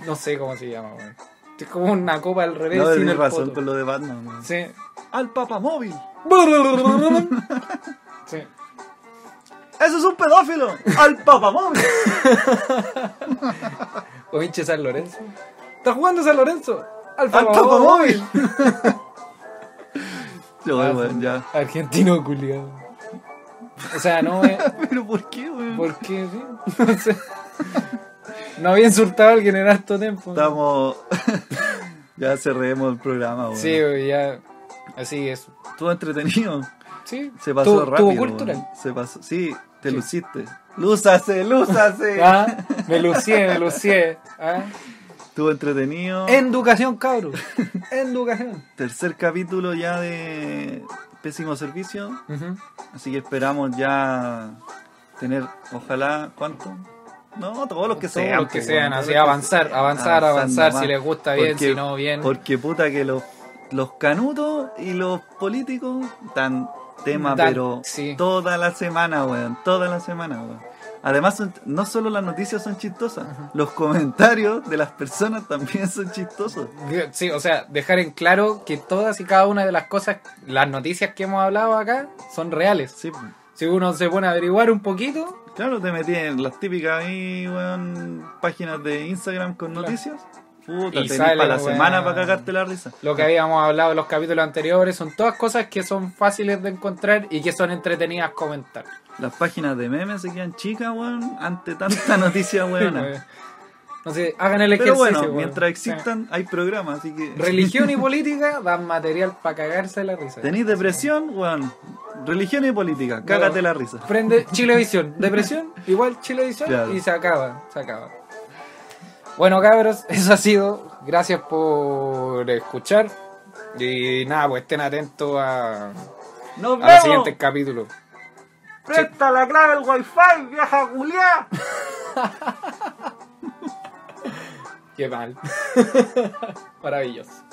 No sé cómo se llama, weón. Es como una copa al revés. No, sin tenés el razón poto. por lo de Batman. weón. Sí. Al Papa Móvil. Sí. ¡Eso es un pedófilo! ¡Al Papa Móvil! O hinche San Lorenzo. ¿Estás jugando San Lorenzo? Al ¡Al Papa Papa Móvil. Móvil! Yo, Ah, weón, ya. Argentino culiado. O sea, no, eh, ¿Pero por qué, weón? porque sí. No, sé. No había insultado a alguien en harto tiempo. Estamos. ya cerremos el programa, weón. Sí, güey, ya. Así es. Estuvo entretenido. Sí. Se pasó Tuvo- tuvo rápido. weón. cultural. Se pasó. Sí, te Sí. luciste. ¡Lúzase, lúzase! Ah, Me lucié, me lucié. ah. Estuvo entretenido. Educación, cabros. Educación. Tercer capítulo ya de Pésimo Servicio. Así que esperamos ya tener, ojalá, ¿cuánto? No, todos los que Todos sean. los que pues, sean, bueno, todos así los que avanzar, sean. avanzar, avanzar, nomás. si les gusta bien, si no, bien. Porque puta que los, los canutos y los políticos dan tema, Dan- pero sí. toda la semana, weón, toda la semana, weón. Además, son- no solo las noticias son chistosas, los comentarios de las personas también son chistosos. Sí, o sea, dejar en claro que todas y cada una de las cosas, las noticias que hemos hablado acá, son reales. Sí, Si uno se pone a averiguar un poquito, Claro, te metí en las típicas ahí, weón, páginas de Instagram con Claro. noticias. Puta, Y tenés sale para la la semana weá. para cagarte la risa. lo que habíamos hablado en los capítulos anteriores, son todas cosas que son fáciles de encontrar y que son entretenidas comentar. Las páginas de memes se quedan chicas, weón, ante tanta noticia, weón. Pues, No sé, hagan el ejercicio. Pero bueno, weón. mientras Sí. existan, hay programas, así que... Religión y política dan material para cagarse la risa. ¿Tenís depresión, weón? Religión y política, cágate la risa. Prende Chilevisión. Depresión, igual Chilevisión Claro. y se acaba, se acaba. Bueno, cabros, eso ha sido. Gracias por escuchar. Y nada, pues estén atentos a, a ¡Nos los siguientes capítulos. ¡Presta la clave del wifi, vieja culiá! Qué mal. Maravilloso.